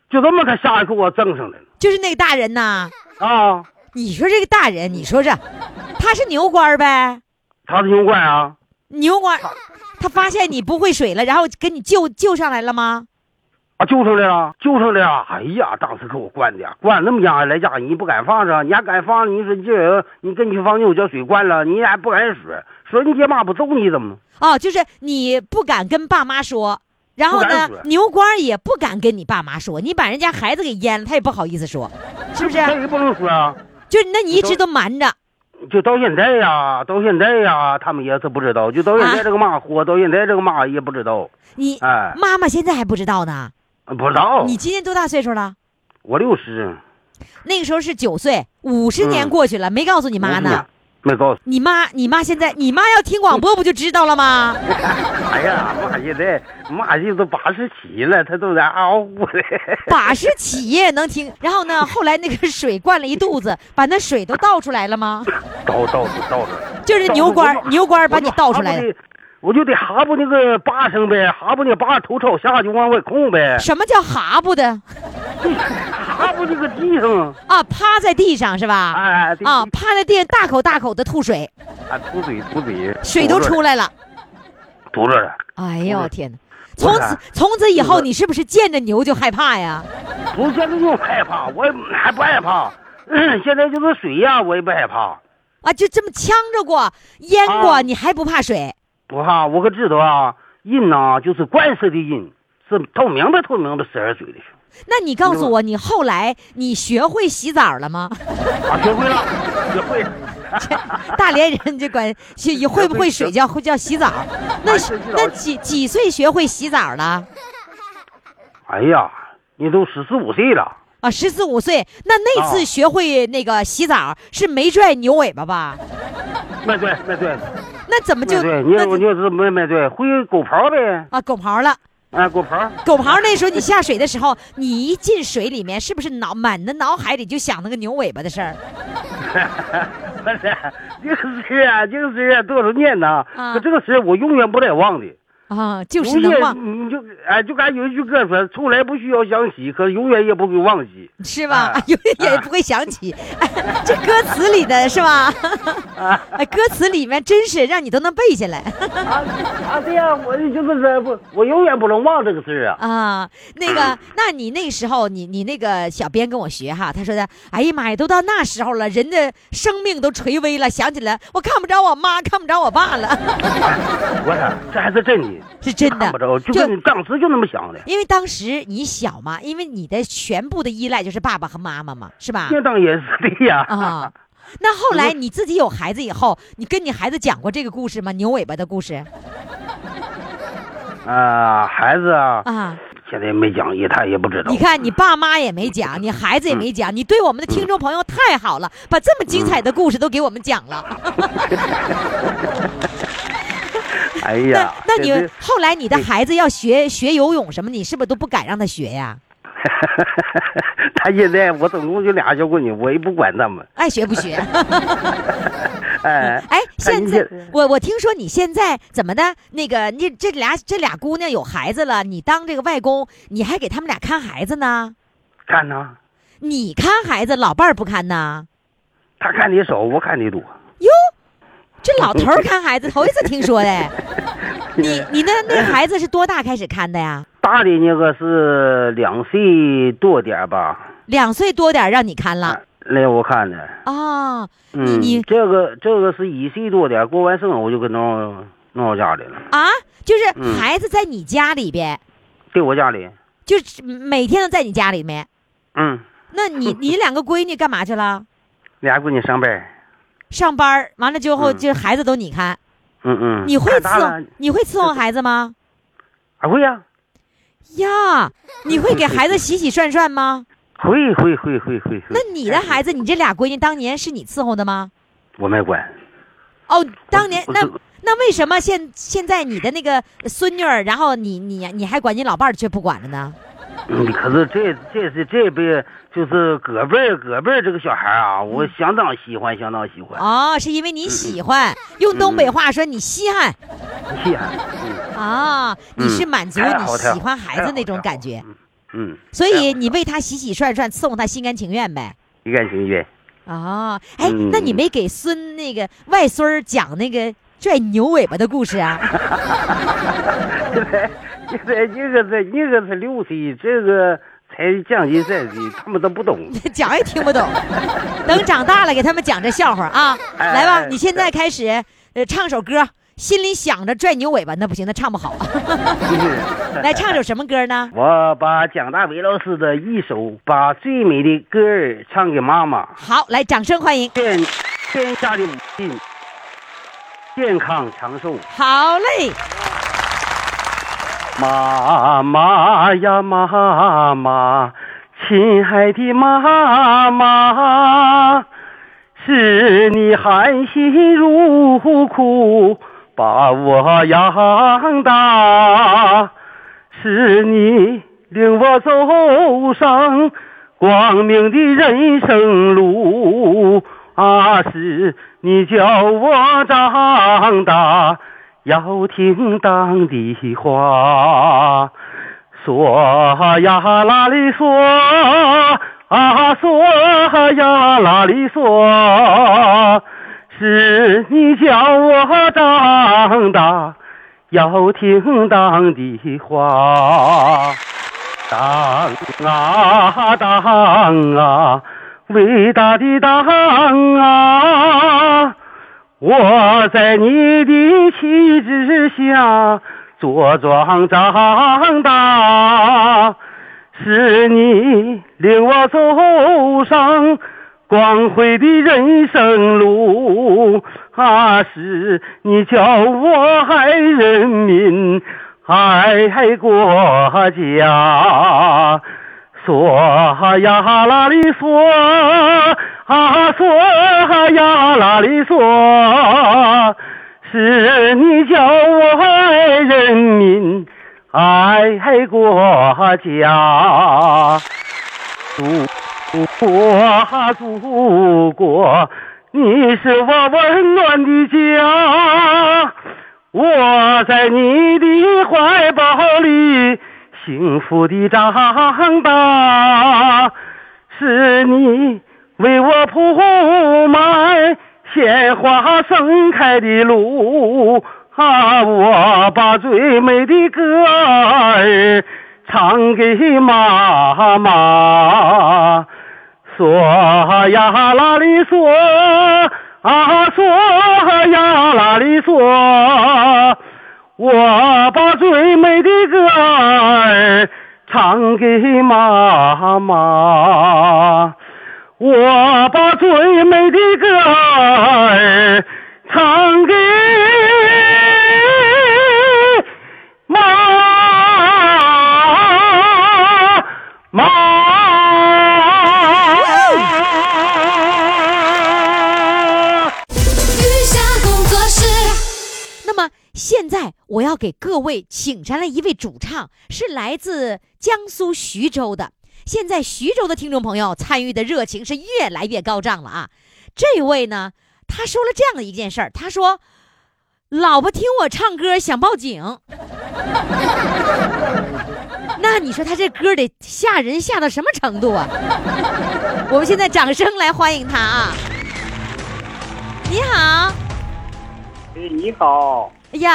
Speaker 11: 就这么他下来给我挣上来了
Speaker 3: 就是那个大人呐，
Speaker 11: 啊，
Speaker 3: 你说这个大人，你说这，他是牛倌儿呗？
Speaker 11: 他是牛怪啊。
Speaker 3: 牛倌儿，他发现你不会水了，然后给你救救上来了吗？
Speaker 11: 啊，救上来了，救上来了！哎呀，当时给我灌的，灌那么严来家，你不敢放着，你还敢放？你说你这人，你跟你去放牛，我叫水灌了，你还不敢说？说你爹妈不揍你怎么？
Speaker 3: 哦，就是你不敢跟爸妈说，然后
Speaker 11: 不
Speaker 3: 呢
Speaker 11: 敢说，
Speaker 3: 牛倌儿也不敢跟你爸妈说，你把人家孩子给淹了，他也不好意思说，是 不是？
Speaker 11: 他也不能说啊，
Speaker 3: 就是那你一直都瞒着，
Speaker 11: 就到现在呀，到现在呀，他们也是不知道，就到现在这个嘛活，到现在这个嘛也不知道，
Speaker 3: 你
Speaker 11: 哎哦
Speaker 3: 妈妈现在还不知道呢。
Speaker 11: 不知道。
Speaker 3: 你今年多大岁数了？
Speaker 11: 我六十，
Speaker 3: 那个时候是九岁，五十
Speaker 11: 嗯
Speaker 3: 年过去了，没告诉你妈呢。
Speaker 11: 没告诉。
Speaker 3: 你妈，你妈现在，你妈要听广播不就知道了吗？
Speaker 11: 哎呀，妈现在妈现在都八十七了，他都在嗷呜的。
Speaker 3: 把式企业能听， 然后呢，后来那个水灌了一肚 子，把那水都倒出来了吗？
Speaker 11: 倒倒倒着。
Speaker 3: 就是牛倌
Speaker 11: 我
Speaker 3: 儿，
Speaker 11: 就
Speaker 3: 牛倌儿把你倒出来的。。
Speaker 11: 我就得哈巴那个八声呗，哈巴那八头朝下就往外空呗，
Speaker 3: 什么叫哈不的
Speaker 11: 哈巴这个地上，
Speaker 3: 啊？趴在地上是吧？
Speaker 11: 哎，对
Speaker 3: 啊，趴在地上大口大口的吐水，
Speaker 11: 啊，吐嘴吐嘴，
Speaker 3: 水都出来了。
Speaker 11: 犊子了，
Speaker 3: 哎呦
Speaker 11: 是
Speaker 3: 天哪！从
Speaker 11: 我
Speaker 3: 此
Speaker 11: 看
Speaker 3: 从此以后，
Speaker 11: 是
Speaker 3: 你是不是见着牛就害怕呀？
Speaker 11: 不是现在就害怕，我也还不害怕， 现在就是水呀、我也不害怕，
Speaker 3: 啊，就这么呛着过、淹过，
Speaker 11: 啊
Speaker 3: 你还不怕水？
Speaker 11: 不怕，我可知道啊，人呐就是惯式的人，是透明的透明的十二水的，
Speaker 3: 那你告
Speaker 11: 哎
Speaker 3: 诉我，你后来你学会洗澡了吗？
Speaker 11: 啊，学会了，学 会了，
Speaker 3: 大连人就管洗会不会水叫会叫洗澡？那
Speaker 11: 学会洗澡
Speaker 3: 那几几岁学会洗澡了？
Speaker 11: 哎呀，你都十四五岁了。
Speaker 3: 啊，十四五岁。那那次
Speaker 11: 啊
Speaker 3: 学会那个洗澡是没拽牛尾巴吧？
Speaker 11: 卖对卖对
Speaker 3: 那怎么就
Speaker 11: 卖对，你
Speaker 3: 那
Speaker 11: 我就是卖卖对，会狗刨呗，
Speaker 3: 啊狗刨了？
Speaker 11: 哎，狗 刨，
Speaker 3: 狗刨那时候你下水的时候，你一进水里面，是不是脑满的脑海里就想那个牛尾巴的事儿？
Speaker 11: 不是这个事啊，这个事啊，多少年呐，
Speaker 3: 啊
Speaker 11: 可这个事我永远不得忘的。
Speaker 3: 啊，就是
Speaker 11: 永
Speaker 3: 能
Speaker 11: 远
Speaker 3: 忘，
Speaker 11: 你就哎，就敢有一句歌说，从来不需要想起，可永远也不会忘记。
Speaker 3: 是吧？
Speaker 11: 啊
Speaker 3: 哎呦，也不会想起，哎这歌词里的是吧？哎，歌词里面真是让你都能背下来
Speaker 11: 啊啊，对呀、我就是说不，我永远不能忘这个事儿啊。
Speaker 3: 啊。那 个，那你那时候，你你那个小编跟我学哈，他说的，哎呀妈呀，都到那时候了，人的生命都垂危了，想起来我看不着我妈，看不着我爸了，
Speaker 11: 我操，这还是真的，
Speaker 3: 是真的啊
Speaker 11: 看不着，就跟你当时就那么想的。
Speaker 3: 因为当时你小嘛，因为你的全部的依赖就是爸爸和妈妈嘛，是 吧？
Speaker 11: 那当然是的呀。
Speaker 3: 啊、那后来你自己有孩子以后，你跟你孩子讲过这个故事吗？牛尾巴的故事
Speaker 11: 啊，孩子啊，
Speaker 3: 啊？
Speaker 11: 现在没讲，也他也不知道
Speaker 3: 你。看你爸妈也没讲，你孩子也没讲，你对我们的听众朋友太好了，把这么精彩的故事都给我们讲了。
Speaker 11: 哎
Speaker 3: 那
Speaker 11: 呀，
Speaker 3: 那你
Speaker 11: 这
Speaker 3: 后来你的孩子要学学游泳什么，你是不是都不敢让他学啊呀？
Speaker 11: 他现在我总共就俩小闺女，我也不管他们。
Speaker 3: 爱学不 学？
Speaker 11: 哎
Speaker 3: 哎，
Speaker 11: 他
Speaker 3: 现
Speaker 11: 理
Speaker 3: 在
Speaker 11: 解
Speaker 3: 我我听说你现在怎么的？那个，你这俩这俩姑娘有孩子了，你当这个外公，你还给他们俩看孩子呢？
Speaker 11: 看呐，
Speaker 3: 你看孩子，老伴儿不看呐？
Speaker 11: 他看的少，我看的多。
Speaker 3: 哟，这老头儿看孩子，头一次听说的。 你你那那孩子是多大开始看的呀？
Speaker 11: 大的那个是两岁多点儿吧，
Speaker 3: 两岁多点儿让你看了
Speaker 11: 那我看的。
Speaker 3: 啊、哦？你
Speaker 11: 嗯，
Speaker 3: 你
Speaker 11: 这个这个是一岁多点儿，过完生日我就跟弄弄我家里了，
Speaker 3: 啊，就是
Speaker 11: 嗯
Speaker 3: 孩子在你家里边，
Speaker 11: 对我家里。
Speaker 3: 就是每天都在你家里面。
Speaker 11: 嗯，
Speaker 3: 那 你你两个闺女干嘛去了？
Speaker 11: 俩闺女上班儿。
Speaker 3: 上班儿完了之后，
Speaker 11: 嗯
Speaker 3: 就孩子都你看，
Speaker 11: 嗯嗯。
Speaker 3: 你会
Speaker 11: 看
Speaker 3: 伺
Speaker 11: 大了
Speaker 3: 候你会伺候孩子吗？
Speaker 11: 啊？会呀、
Speaker 3: 呀，你会给孩子洗洗涮涮 吗？
Speaker 11: 会会会会会会。哎
Speaker 3: 那你的孩子，你这俩闺女当年是你伺候的吗？
Speaker 11: 我没管。
Speaker 3: 哦，当年
Speaker 11: 我
Speaker 3: 那
Speaker 11: 我
Speaker 3: 那为什么现现在你的那个孙女儿，然后你你你还管你老伴儿却不管了呢？
Speaker 11: 嗯，可是这这是这辈就是隔辈儿隔辈儿这个小孩儿啊，我相当喜欢，相当喜欢。
Speaker 3: 嗯哦，是因为你喜
Speaker 11: 嗯
Speaker 3: 欢，用东北话说你稀罕
Speaker 11: 厉 害。嗯
Speaker 3: 啊，你是满足
Speaker 11: 太好
Speaker 3: 你
Speaker 11: 太好
Speaker 3: 喜欢孩子那种感觉，
Speaker 11: 嗯，
Speaker 3: 所以你
Speaker 11: 为
Speaker 3: 为他洗洗涮涮，伺候他心甘情愿呗。
Speaker 11: 一见情愿。
Speaker 3: 哦，哎，
Speaker 11: 嗯
Speaker 3: 那你没给孙那个外孙儿讲那个拽牛尾巴的故事啊？
Speaker 11: 现在现在那个才那个才六岁，这个才将近三岁，他们都 不懂。
Speaker 3: 讲也听不懂，等长大了给他们讲这笑话啊！
Speaker 11: 哎
Speaker 3: 来吧
Speaker 11: 哎，
Speaker 3: 你现在开始，呃，唱首歌，心里想着拽牛尾巴，那不行，那唱不好。 来唱首什么歌呢？
Speaker 11: 我把蒋大为老师的一首《把最美的歌儿唱给妈妈》，
Speaker 3: 好，来，掌声欢迎。
Speaker 11: 天天下的母亲健康长寿。
Speaker 3: 好嘞，
Speaker 11: 妈妈呀，妈妈，亲爱的妈妈，是你含辛茹苦把我养大，是你领我走上光明的人生路啊，是你教我长大要听党的话，啊说呀啦哩说啊说呀啦哩说，是你教我长大。
Speaker 10: 要听党的话，党啊党啊，伟大的党啊，我在你的旗帜下茁壮长大，是你领我走上。光辉的人生路，啊，是你教我爱人民，爱国家。嗦呀啦哩嗦，啊嗦呀啦哩嗦，是你教我爱人民，爱国家。我祖国，你是我温暖的家，我在你的怀抱里幸福的长大，是你为我铺满鲜花盛开的路，啊，我把最美的歌儿唱给妈妈。嗦呀啦哩嗦，啊嗦呀啦哩嗦，我把最美的歌儿唱给妈妈，我把最美的歌儿唱给妈妈。
Speaker 8: 雨下工作室，
Speaker 3: 那么现在我要给各位请上来一位主唱，是来自江苏徐州的。现在徐州的听众朋友参与的热情是越来越高涨了啊！这位呢，他说了这样的一件事儿，他说：“老婆听我唱歌想报警。” 那你说他这歌得吓人吓到什么程度啊？我们现在掌声来欢迎他啊！你好。
Speaker 12: 哎，你好，
Speaker 3: 哎呀，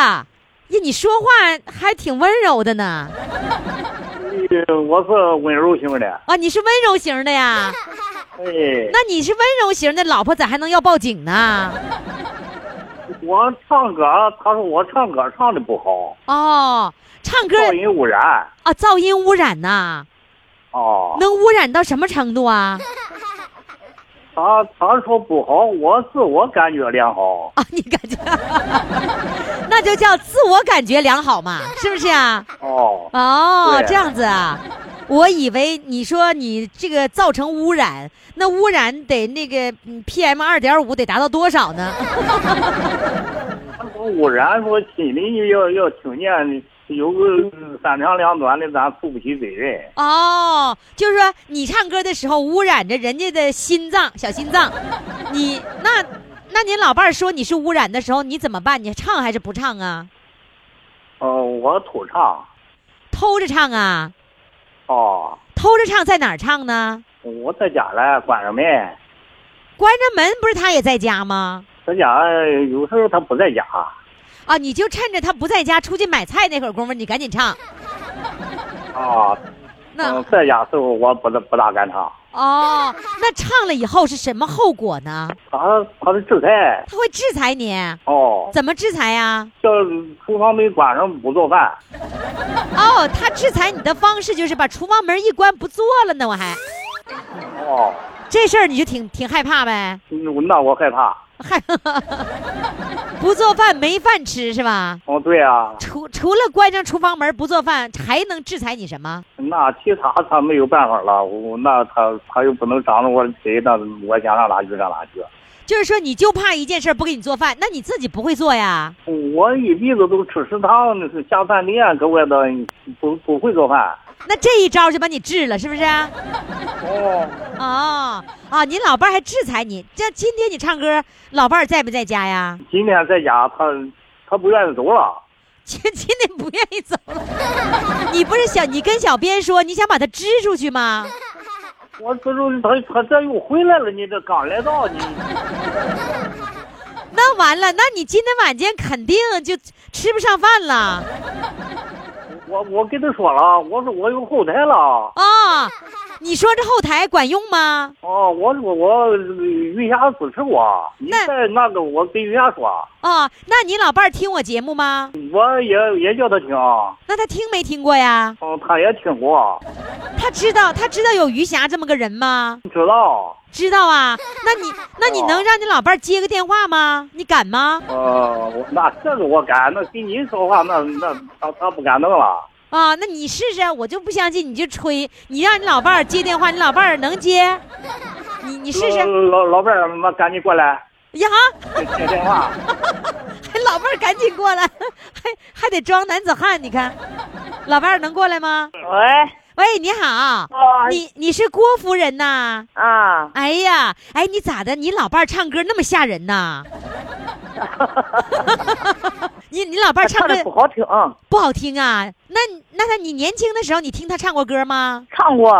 Speaker 3: 呀，你说话还挺温柔的呢。
Speaker 12: 呃我是温柔型的，
Speaker 3: 啊，你是温柔型的 呀？
Speaker 12: 哎，
Speaker 3: 那你是温柔型的，老婆咋还能要报警 呢？
Speaker 12: 我唱歌，他说我唱歌唱的不好，
Speaker 3: 哦，唱歌
Speaker 12: 噪音污染
Speaker 3: 啊，噪音污染呐、
Speaker 12: 哦，
Speaker 3: 能污染到什么程度啊？
Speaker 12: 他他说不好，我自我感觉良好，
Speaker 3: 啊，你感觉， 那就叫自我感觉良好嘛，是不是 啊？
Speaker 12: 哦，
Speaker 3: 哦，
Speaker 12: 对
Speaker 3: 这样子啊，我以为你说你这个造成污染，那污染得那个嗯 PM 二点五得达到多少呢？
Speaker 12: 他说污染说心里要要听见有个三长两短的，咱负不起责任，
Speaker 3: 哦，就是说你唱歌的时候污染着人家的心脏、小心脏，你那那您老伴儿说你是污染的时候，你怎么办？你唱还是不唱啊？
Speaker 12: 哦，我偷唱，
Speaker 3: 偷着唱啊？
Speaker 12: 哦，
Speaker 3: 偷着唱在哪儿唱呢？
Speaker 12: 我在家了，关上门，
Speaker 3: 关着门不是他也在家吗？
Speaker 12: 在家有时候他不在家，
Speaker 3: 啊，你就趁着他不在家出去买菜那会儿功夫，你赶紧唱。
Speaker 12: 啊，
Speaker 3: 那、
Speaker 11: 哦
Speaker 12: 嗯在家时候我不大不大敢唱。
Speaker 3: 哦，那唱了以后是什么后果呢？
Speaker 12: 他他的制裁
Speaker 3: 他会制裁你？
Speaker 12: 哦，
Speaker 3: 怎么制裁啊呀、
Speaker 12: 叫厨房门关上不做饭。
Speaker 3: 哦，他制裁你的方式就是把厨房门一关不做了呢，我还。
Speaker 12: 哦，
Speaker 3: 这事儿你就挺挺害怕呗，
Speaker 12: 嗯那我害怕。
Speaker 3: 害 不做饭没饭吃是吧？
Speaker 12: 哦，对啊，
Speaker 3: 除除了关上厨房门不做饭，还能制裁你什么？
Speaker 12: 那其他他没有办法了，我那他他又不能掌着我的腿，那我想让哪去让哪去。
Speaker 3: 就是说你就怕一件事儿不给你做饭，那你自己不会做呀？
Speaker 12: 我一辈子都吃食堂，那是下饭店，搁外头不不会做饭。
Speaker 3: 那这一招就把你治了，是不是啊？
Speaker 12: 哦，
Speaker 3: 哦啊，你老伴儿还制裁你，这今天你唱歌，老伴儿在不在家呀？
Speaker 12: 今天在家他他不愿意走了。
Speaker 3: 今今天不愿意走了， 你不是想你跟小编说你想把他支出去吗？
Speaker 12: 我这就他他这又回来了，你这刚来到你
Speaker 3: 那完了，那你今天晚间肯定就吃不上饭了
Speaker 12: 我我跟他说了，啊我说我有后台了。
Speaker 3: 啊、你说这后台管用吗？
Speaker 12: 哦，我说我云霞支持我，你再那个我跟云霞说，
Speaker 3: 啊、那你老伴儿听我节目吗？
Speaker 12: 我也也叫他听，哦，
Speaker 3: 那他听没听过呀？
Speaker 12: 他也听过，
Speaker 3: 他知道他知道有余霞这么个人吗？
Speaker 12: 知道，
Speaker 3: 知道啊，那你那你能让你老伴儿接个电话吗？你敢吗？
Speaker 12: 呃，我那这个我敢，那跟你说话那那他他不敢弄了，
Speaker 3: 啊，那你试试，我就不相信，你就吹，你让你老伴儿接电话，你老伴儿能接？你你试试
Speaker 12: 老老老伴儿，那赶紧过来
Speaker 3: 呀，
Speaker 12: 接电话，
Speaker 3: 还老伴儿赶紧过来，还还得装男子汉，你看，老伴儿能过来吗？
Speaker 13: 喂，
Speaker 3: 喂，你好，
Speaker 13: 哦
Speaker 3: 你你是郭夫人呐？
Speaker 13: 啊，
Speaker 3: 哎呀，哎，你咋的？你老伴儿唱歌那么吓人呐？ 你你老伴儿唱歌
Speaker 13: 得不好听，
Speaker 3: 不好听啊？那那他你年轻的时候，你听他唱过歌吗？
Speaker 13: 唱过，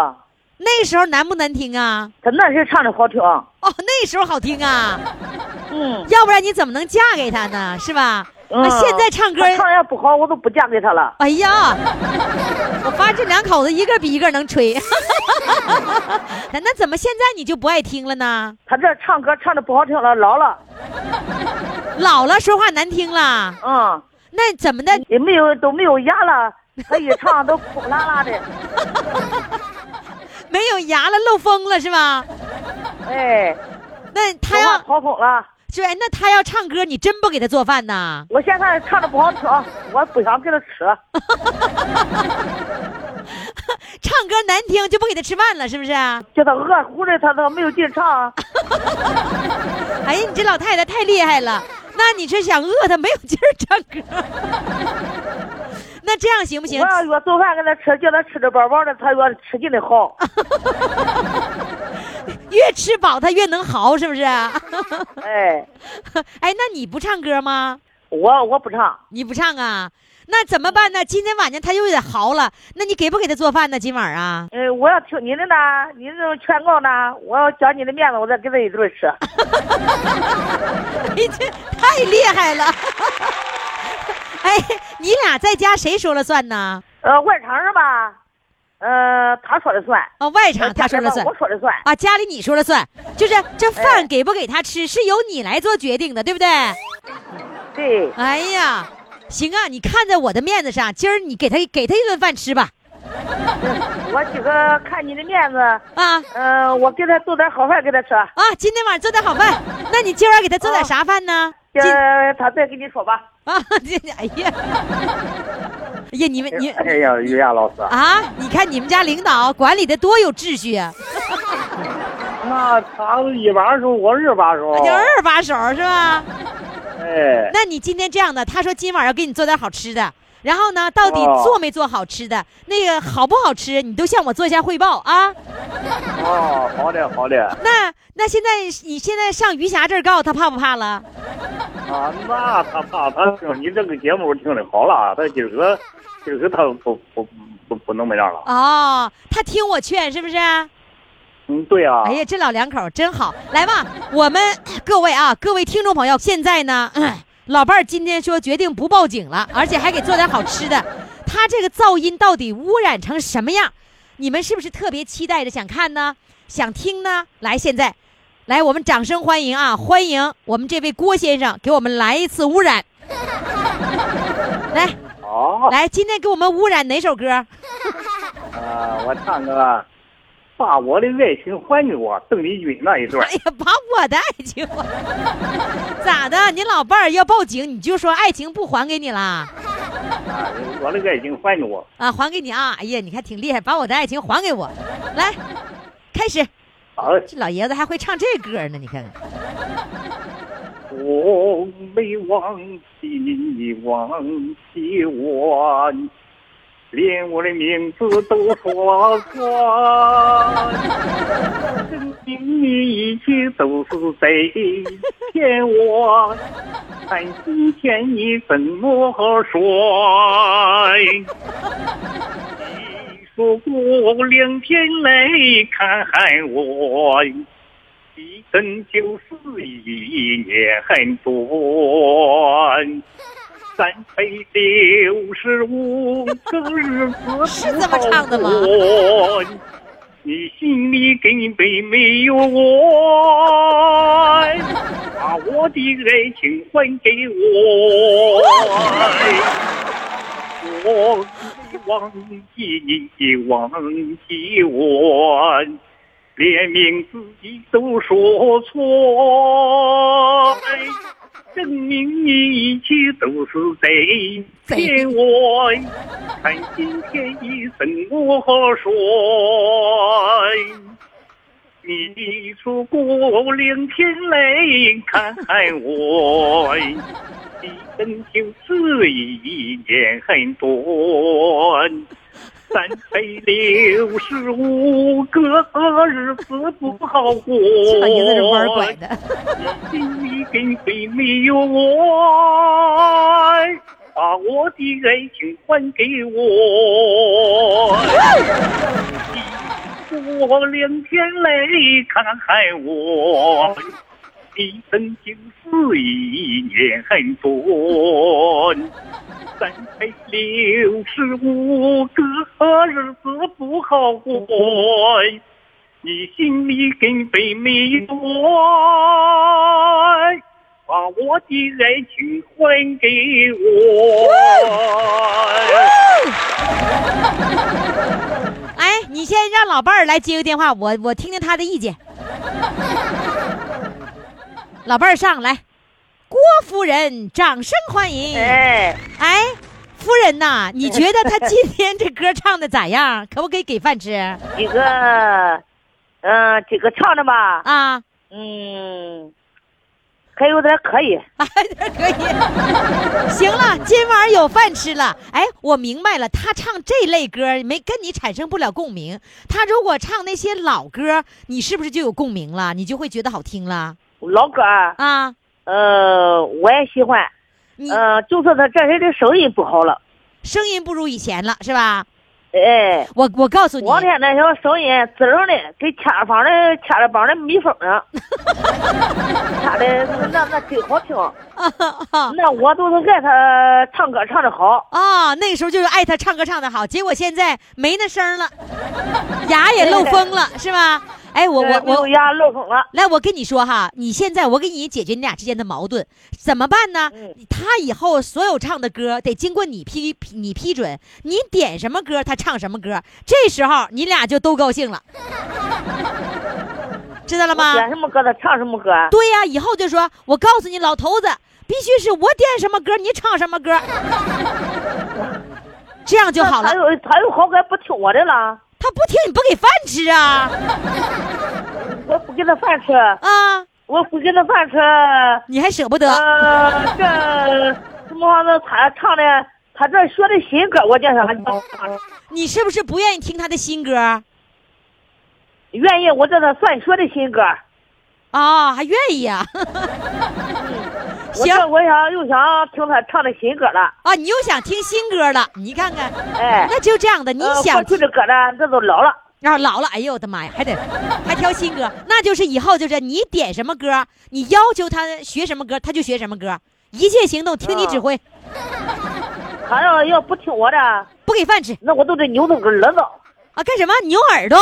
Speaker 3: 那时候难不难听啊？
Speaker 13: 他那是唱的好听。啊
Speaker 3: 哦，那时候好听啊，
Speaker 13: 嗯，
Speaker 3: 要不然你怎么能嫁给他呢？是吧？那、
Speaker 13: 嗯
Speaker 3: 现在唱歌，
Speaker 13: 他唱要不好，我都不嫁给他了。
Speaker 3: 哎呀，我发现这两口子一个比一个能吹。 那那怎么现在你就不爱听了呢？
Speaker 13: 他这唱歌唱的不好听了，老了，
Speaker 3: 老了说话难听了，
Speaker 13: 嗯，
Speaker 3: 那怎么的？
Speaker 13: 也没有都没有牙了， 他一唱都苦啦啦的，
Speaker 3: 没有牙了，漏风了是吧？
Speaker 13: 哎，
Speaker 3: 那他
Speaker 13: 说话
Speaker 3: 要
Speaker 13: 跑孔了。
Speaker 3: 对，那他要唱歌，你真不给他做饭呐？
Speaker 13: 我现在唱的不好听，啊我不想给他吃。
Speaker 3: 唱歌难听就不给他吃饭了，是不是？哎
Speaker 13: 叫他饿乎的，他都没有劲
Speaker 3: 啊
Speaker 13: 唱。
Speaker 3: 呀，你这老太太太厉害了，那你是想饿他没有劲儿唱歌？ 那这样行不行
Speaker 13: 我？要越做饭给他吃，叫他吃的饱饱的，他越吃劲的 好。
Speaker 3: 越吃饱他越能嚎，是不是？
Speaker 13: 哎，
Speaker 3: 哎，那你不唱歌吗？
Speaker 13: 我我不唱，
Speaker 3: 你不唱啊？那怎么办呢？今天晚上他又得嚎了，那你给不给他做饭呢？今晚 啊？
Speaker 13: 哎，我要听你的呢，你这种劝告呢，我要讲你的面子，我再给他一顿 吃。
Speaker 3: 你哎这太厉害了！ 哎，你俩在家谁说了算呢？
Speaker 13: 呃，外场是吧？呃，他说了算。
Speaker 3: 啊、外场他说
Speaker 13: 家
Speaker 3: 了
Speaker 13: 里
Speaker 3: 算
Speaker 13: 边我说 哎了算。
Speaker 3: 啊，家里你说了算，就是这饭给不给他吃是由你来做决定的，对不对？
Speaker 13: 对，
Speaker 3: 哎呀，行啊，你看在我的面子上，今儿你给他给他一顿饭吃吧。
Speaker 13: 我今个看你的面子，
Speaker 3: 啊
Speaker 13: 嗯、我给他做点好饭给他吃。
Speaker 3: 啊，今天晚上做点好饭，那你今晚给他做点啥饭呢？
Speaker 13: 今
Speaker 3: 今
Speaker 13: 儿他再跟你说吧。
Speaker 3: 啊，今 天哎呀，哎呀，你们你
Speaker 12: 哎呀，于亚老师，
Speaker 3: 啊，你看你们家领导管理的多有秩序啊！
Speaker 12: 那他一把手，我二把手，
Speaker 3: 啊
Speaker 13: 哦
Speaker 3: 就二把手是吧？
Speaker 12: 哎，
Speaker 3: 那你今天这样的，他说今晚要给你做点好吃的，然后呢，到底
Speaker 12: 哦
Speaker 3: 做没做好吃的，那个好不好吃，你都向我做一下汇报啊。
Speaker 12: 哦，好的好的，
Speaker 3: 那那现在你现在上余霞这儿告他怕不怕了？
Speaker 12: 啊，那他怕他听你这个节目听的好了，啊他今儿个今儿个他不不不不能没样了。
Speaker 3: 哦，他听我劝是不啊是？
Speaker 12: 嗯，对啊。
Speaker 3: 哎呀，这老两口真好，来吧，我们各位啊，各位听众朋友，现在呢，嗯老伴儿今天说决定不报警了，而且还给做点好吃的，他这个噪音到底污染成什么样？你们是不是特别期待着想看呢？想听呢？来，现在，来，我们掌声欢迎啊！欢迎我们这位郭先生给我们来一次污染。 来
Speaker 12: 好
Speaker 3: 来，今天给我们污染哪首歌？
Speaker 12: 啊，我唱个把我的爱情还给我，邓丽君那一段
Speaker 3: 哎。呀，把我的爱情 还，咋的？你老伴儿要报警，你就说爱情不还给你啦？
Speaker 12: 啊，我的爱情还给我。
Speaker 3: 啊，还给你啊！哎呀，你看挺厉害，把我的爱情还给我。来，开始。
Speaker 12: 啊，
Speaker 3: 这老爷子还会唱这歌呢，你看看。
Speaker 12: 我没忘记你，忘记我，连我的名字都说错，证明你一切都是谁骗我，但今天你怎么说？你说过两天来看我。一生就是一 年短，三百六十五个日子
Speaker 3: 是这么唱的吗
Speaker 12: 不好过你心里根本没有 我，把我的爱情还给我，我没忘记你，也忘记我，连名字你都说错。证明你一切都是在骗我，看今天一生我好说。你出国两天来看我，一生就是一年很短。三百六十五个日子不好过，
Speaker 3: 这老爷子是弯拐的。
Speaker 12: 心里根本没有我爱，把啊我的爱情还给我。你过两天来看看我，一生就是一年很短。三百六十五个日子不好过，你心里根本没有我，把我的爱情还给我。
Speaker 3: 哎，你先让老伴儿来接个电话，我我听听他的意见。老伴儿上来，郭夫人，掌声欢迎。
Speaker 13: 哎
Speaker 3: 哎，夫人呐，你觉得他今天这歌唱的咋样？可不可以给饭吃
Speaker 13: 几个，嗯、几个唱的吧，
Speaker 3: 啊？
Speaker 13: 嗯，还有点可以，
Speaker 3: 可以，行了，今晚有饭吃了。哎，我明白了，他唱这类歌没跟你产生不了共鸣。他如果唱那些老歌，你是不是就有共鸣了？你就会觉得好听了
Speaker 13: 老歌儿，
Speaker 3: 啊？
Speaker 13: 呃，我也喜欢，
Speaker 3: 你
Speaker 13: 呃，就是他这人的声音不好了，
Speaker 3: 声音不如以前了，是吧？
Speaker 13: 哎，
Speaker 3: 我我告诉你，
Speaker 13: 王天那小声音滋楞的，跟掐房的掐了帮的蜜蜂 呢，掐的那那真好 听，那我都是爱他唱歌唱的好，
Speaker 3: 啊、那个时候就是爱他唱歌唱的好，结果现在没那声儿了，牙也漏风了，是吧？哎，我我我
Speaker 13: 我牙漏风了，
Speaker 3: 来，我跟你说哈，你现在我给你解决你俩之间的矛盾，怎么办呢？他以后所有唱的歌得经过你批批你批准，你点什么歌他唱什么歌，这时候你俩就都高兴 了，知道了吗？
Speaker 13: 点什么歌他唱什么歌，啊
Speaker 3: 对呀、以后就说，我告诉你，老头子必须是我点什么歌，你唱什么 歌，这样就好了
Speaker 13: 他。有他有好歌不听我的了，
Speaker 3: 他不听，你不给饭吃啊
Speaker 13: 我不给他饭吃，
Speaker 3: 啊！
Speaker 13: 我不给他饭吃。
Speaker 3: 你还舍不得？
Speaker 13: 呃，这什么玩意儿？他唱的，他这学的新歌，我叫啥？
Speaker 3: 你是不是不愿意听他的新歌啊？
Speaker 13: 愿意，我这他算学的新歌。
Speaker 3: 还愿 意啊？
Speaker 13: 我
Speaker 3: 行
Speaker 13: 这我想又想听他唱的新歌了。
Speaker 3: 啊，你又想听新歌了？你看 看，
Speaker 13: 哎，
Speaker 3: 那就这样的。你
Speaker 13: 呃
Speaker 3: 想
Speaker 13: 过去的歌呢，这都老了。
Speaker 3: 啊，老了，哎呦我的妈呀，还得 还挑新歌，那就是以后就是你点什么歌，你要求他学什么歌，他就学什么歌，一切行动听你指挥，
Speaker 13: 啊他要要不听我的，
Speaker 3: 不给饭吃
Speaker 13: 那我都得扭动个耳朵。
Speaker 3: 啊，干什么扭耳朵？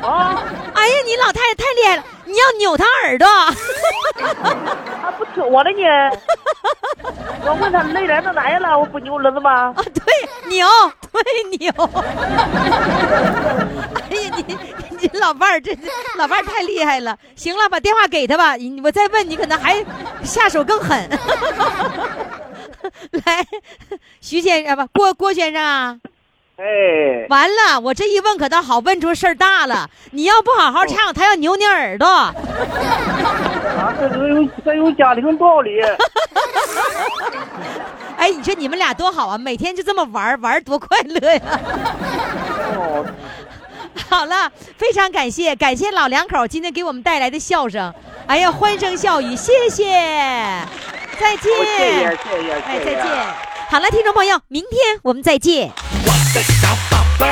Speaker 13: 啊，
Speaker 3: 哎呀，你老太太太厉害了，你要扭他耳朵。
Speaker 13: 他不听我的呢。 我问他累人到哪去了？我不扭耳朵吗？
Speaker 3: 啊，对，牛，对牛。 哎呀，你你老伴儿这老伴儿太厉害了。行了，把电话给他吧，你我再问你，可能还下手更狠。 来，徐先生啊，不，郭郭先生啊，
Speaker 12: 哎，
Speaker 3: 完了，我这一问可倒好，问出事儿大了。你要不好好唱，他要扭你耳朵。
Speaker 12: 啊，这都有这有家庭道理。
Speaker 3: 哎，你说你们俩多好啊，每天就这么玩儿玩儿多快乐呀！ 好了，非常感谢，感谢老两口今天给我们带来的笑声，哎呀，欢声笑语，谢谢，再见，
Speaker 12: 谢谢谢谢啊
Speaker 3: 哎，
Speaker 12: 谢
Speaker 3: 再见。
Speaker 12: 谢。
Speaker 3: 好了，听众朋友，明天我们再见。
Speaker 4: 我的小宝贝儿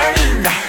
Speaker 4: 啊，啊啊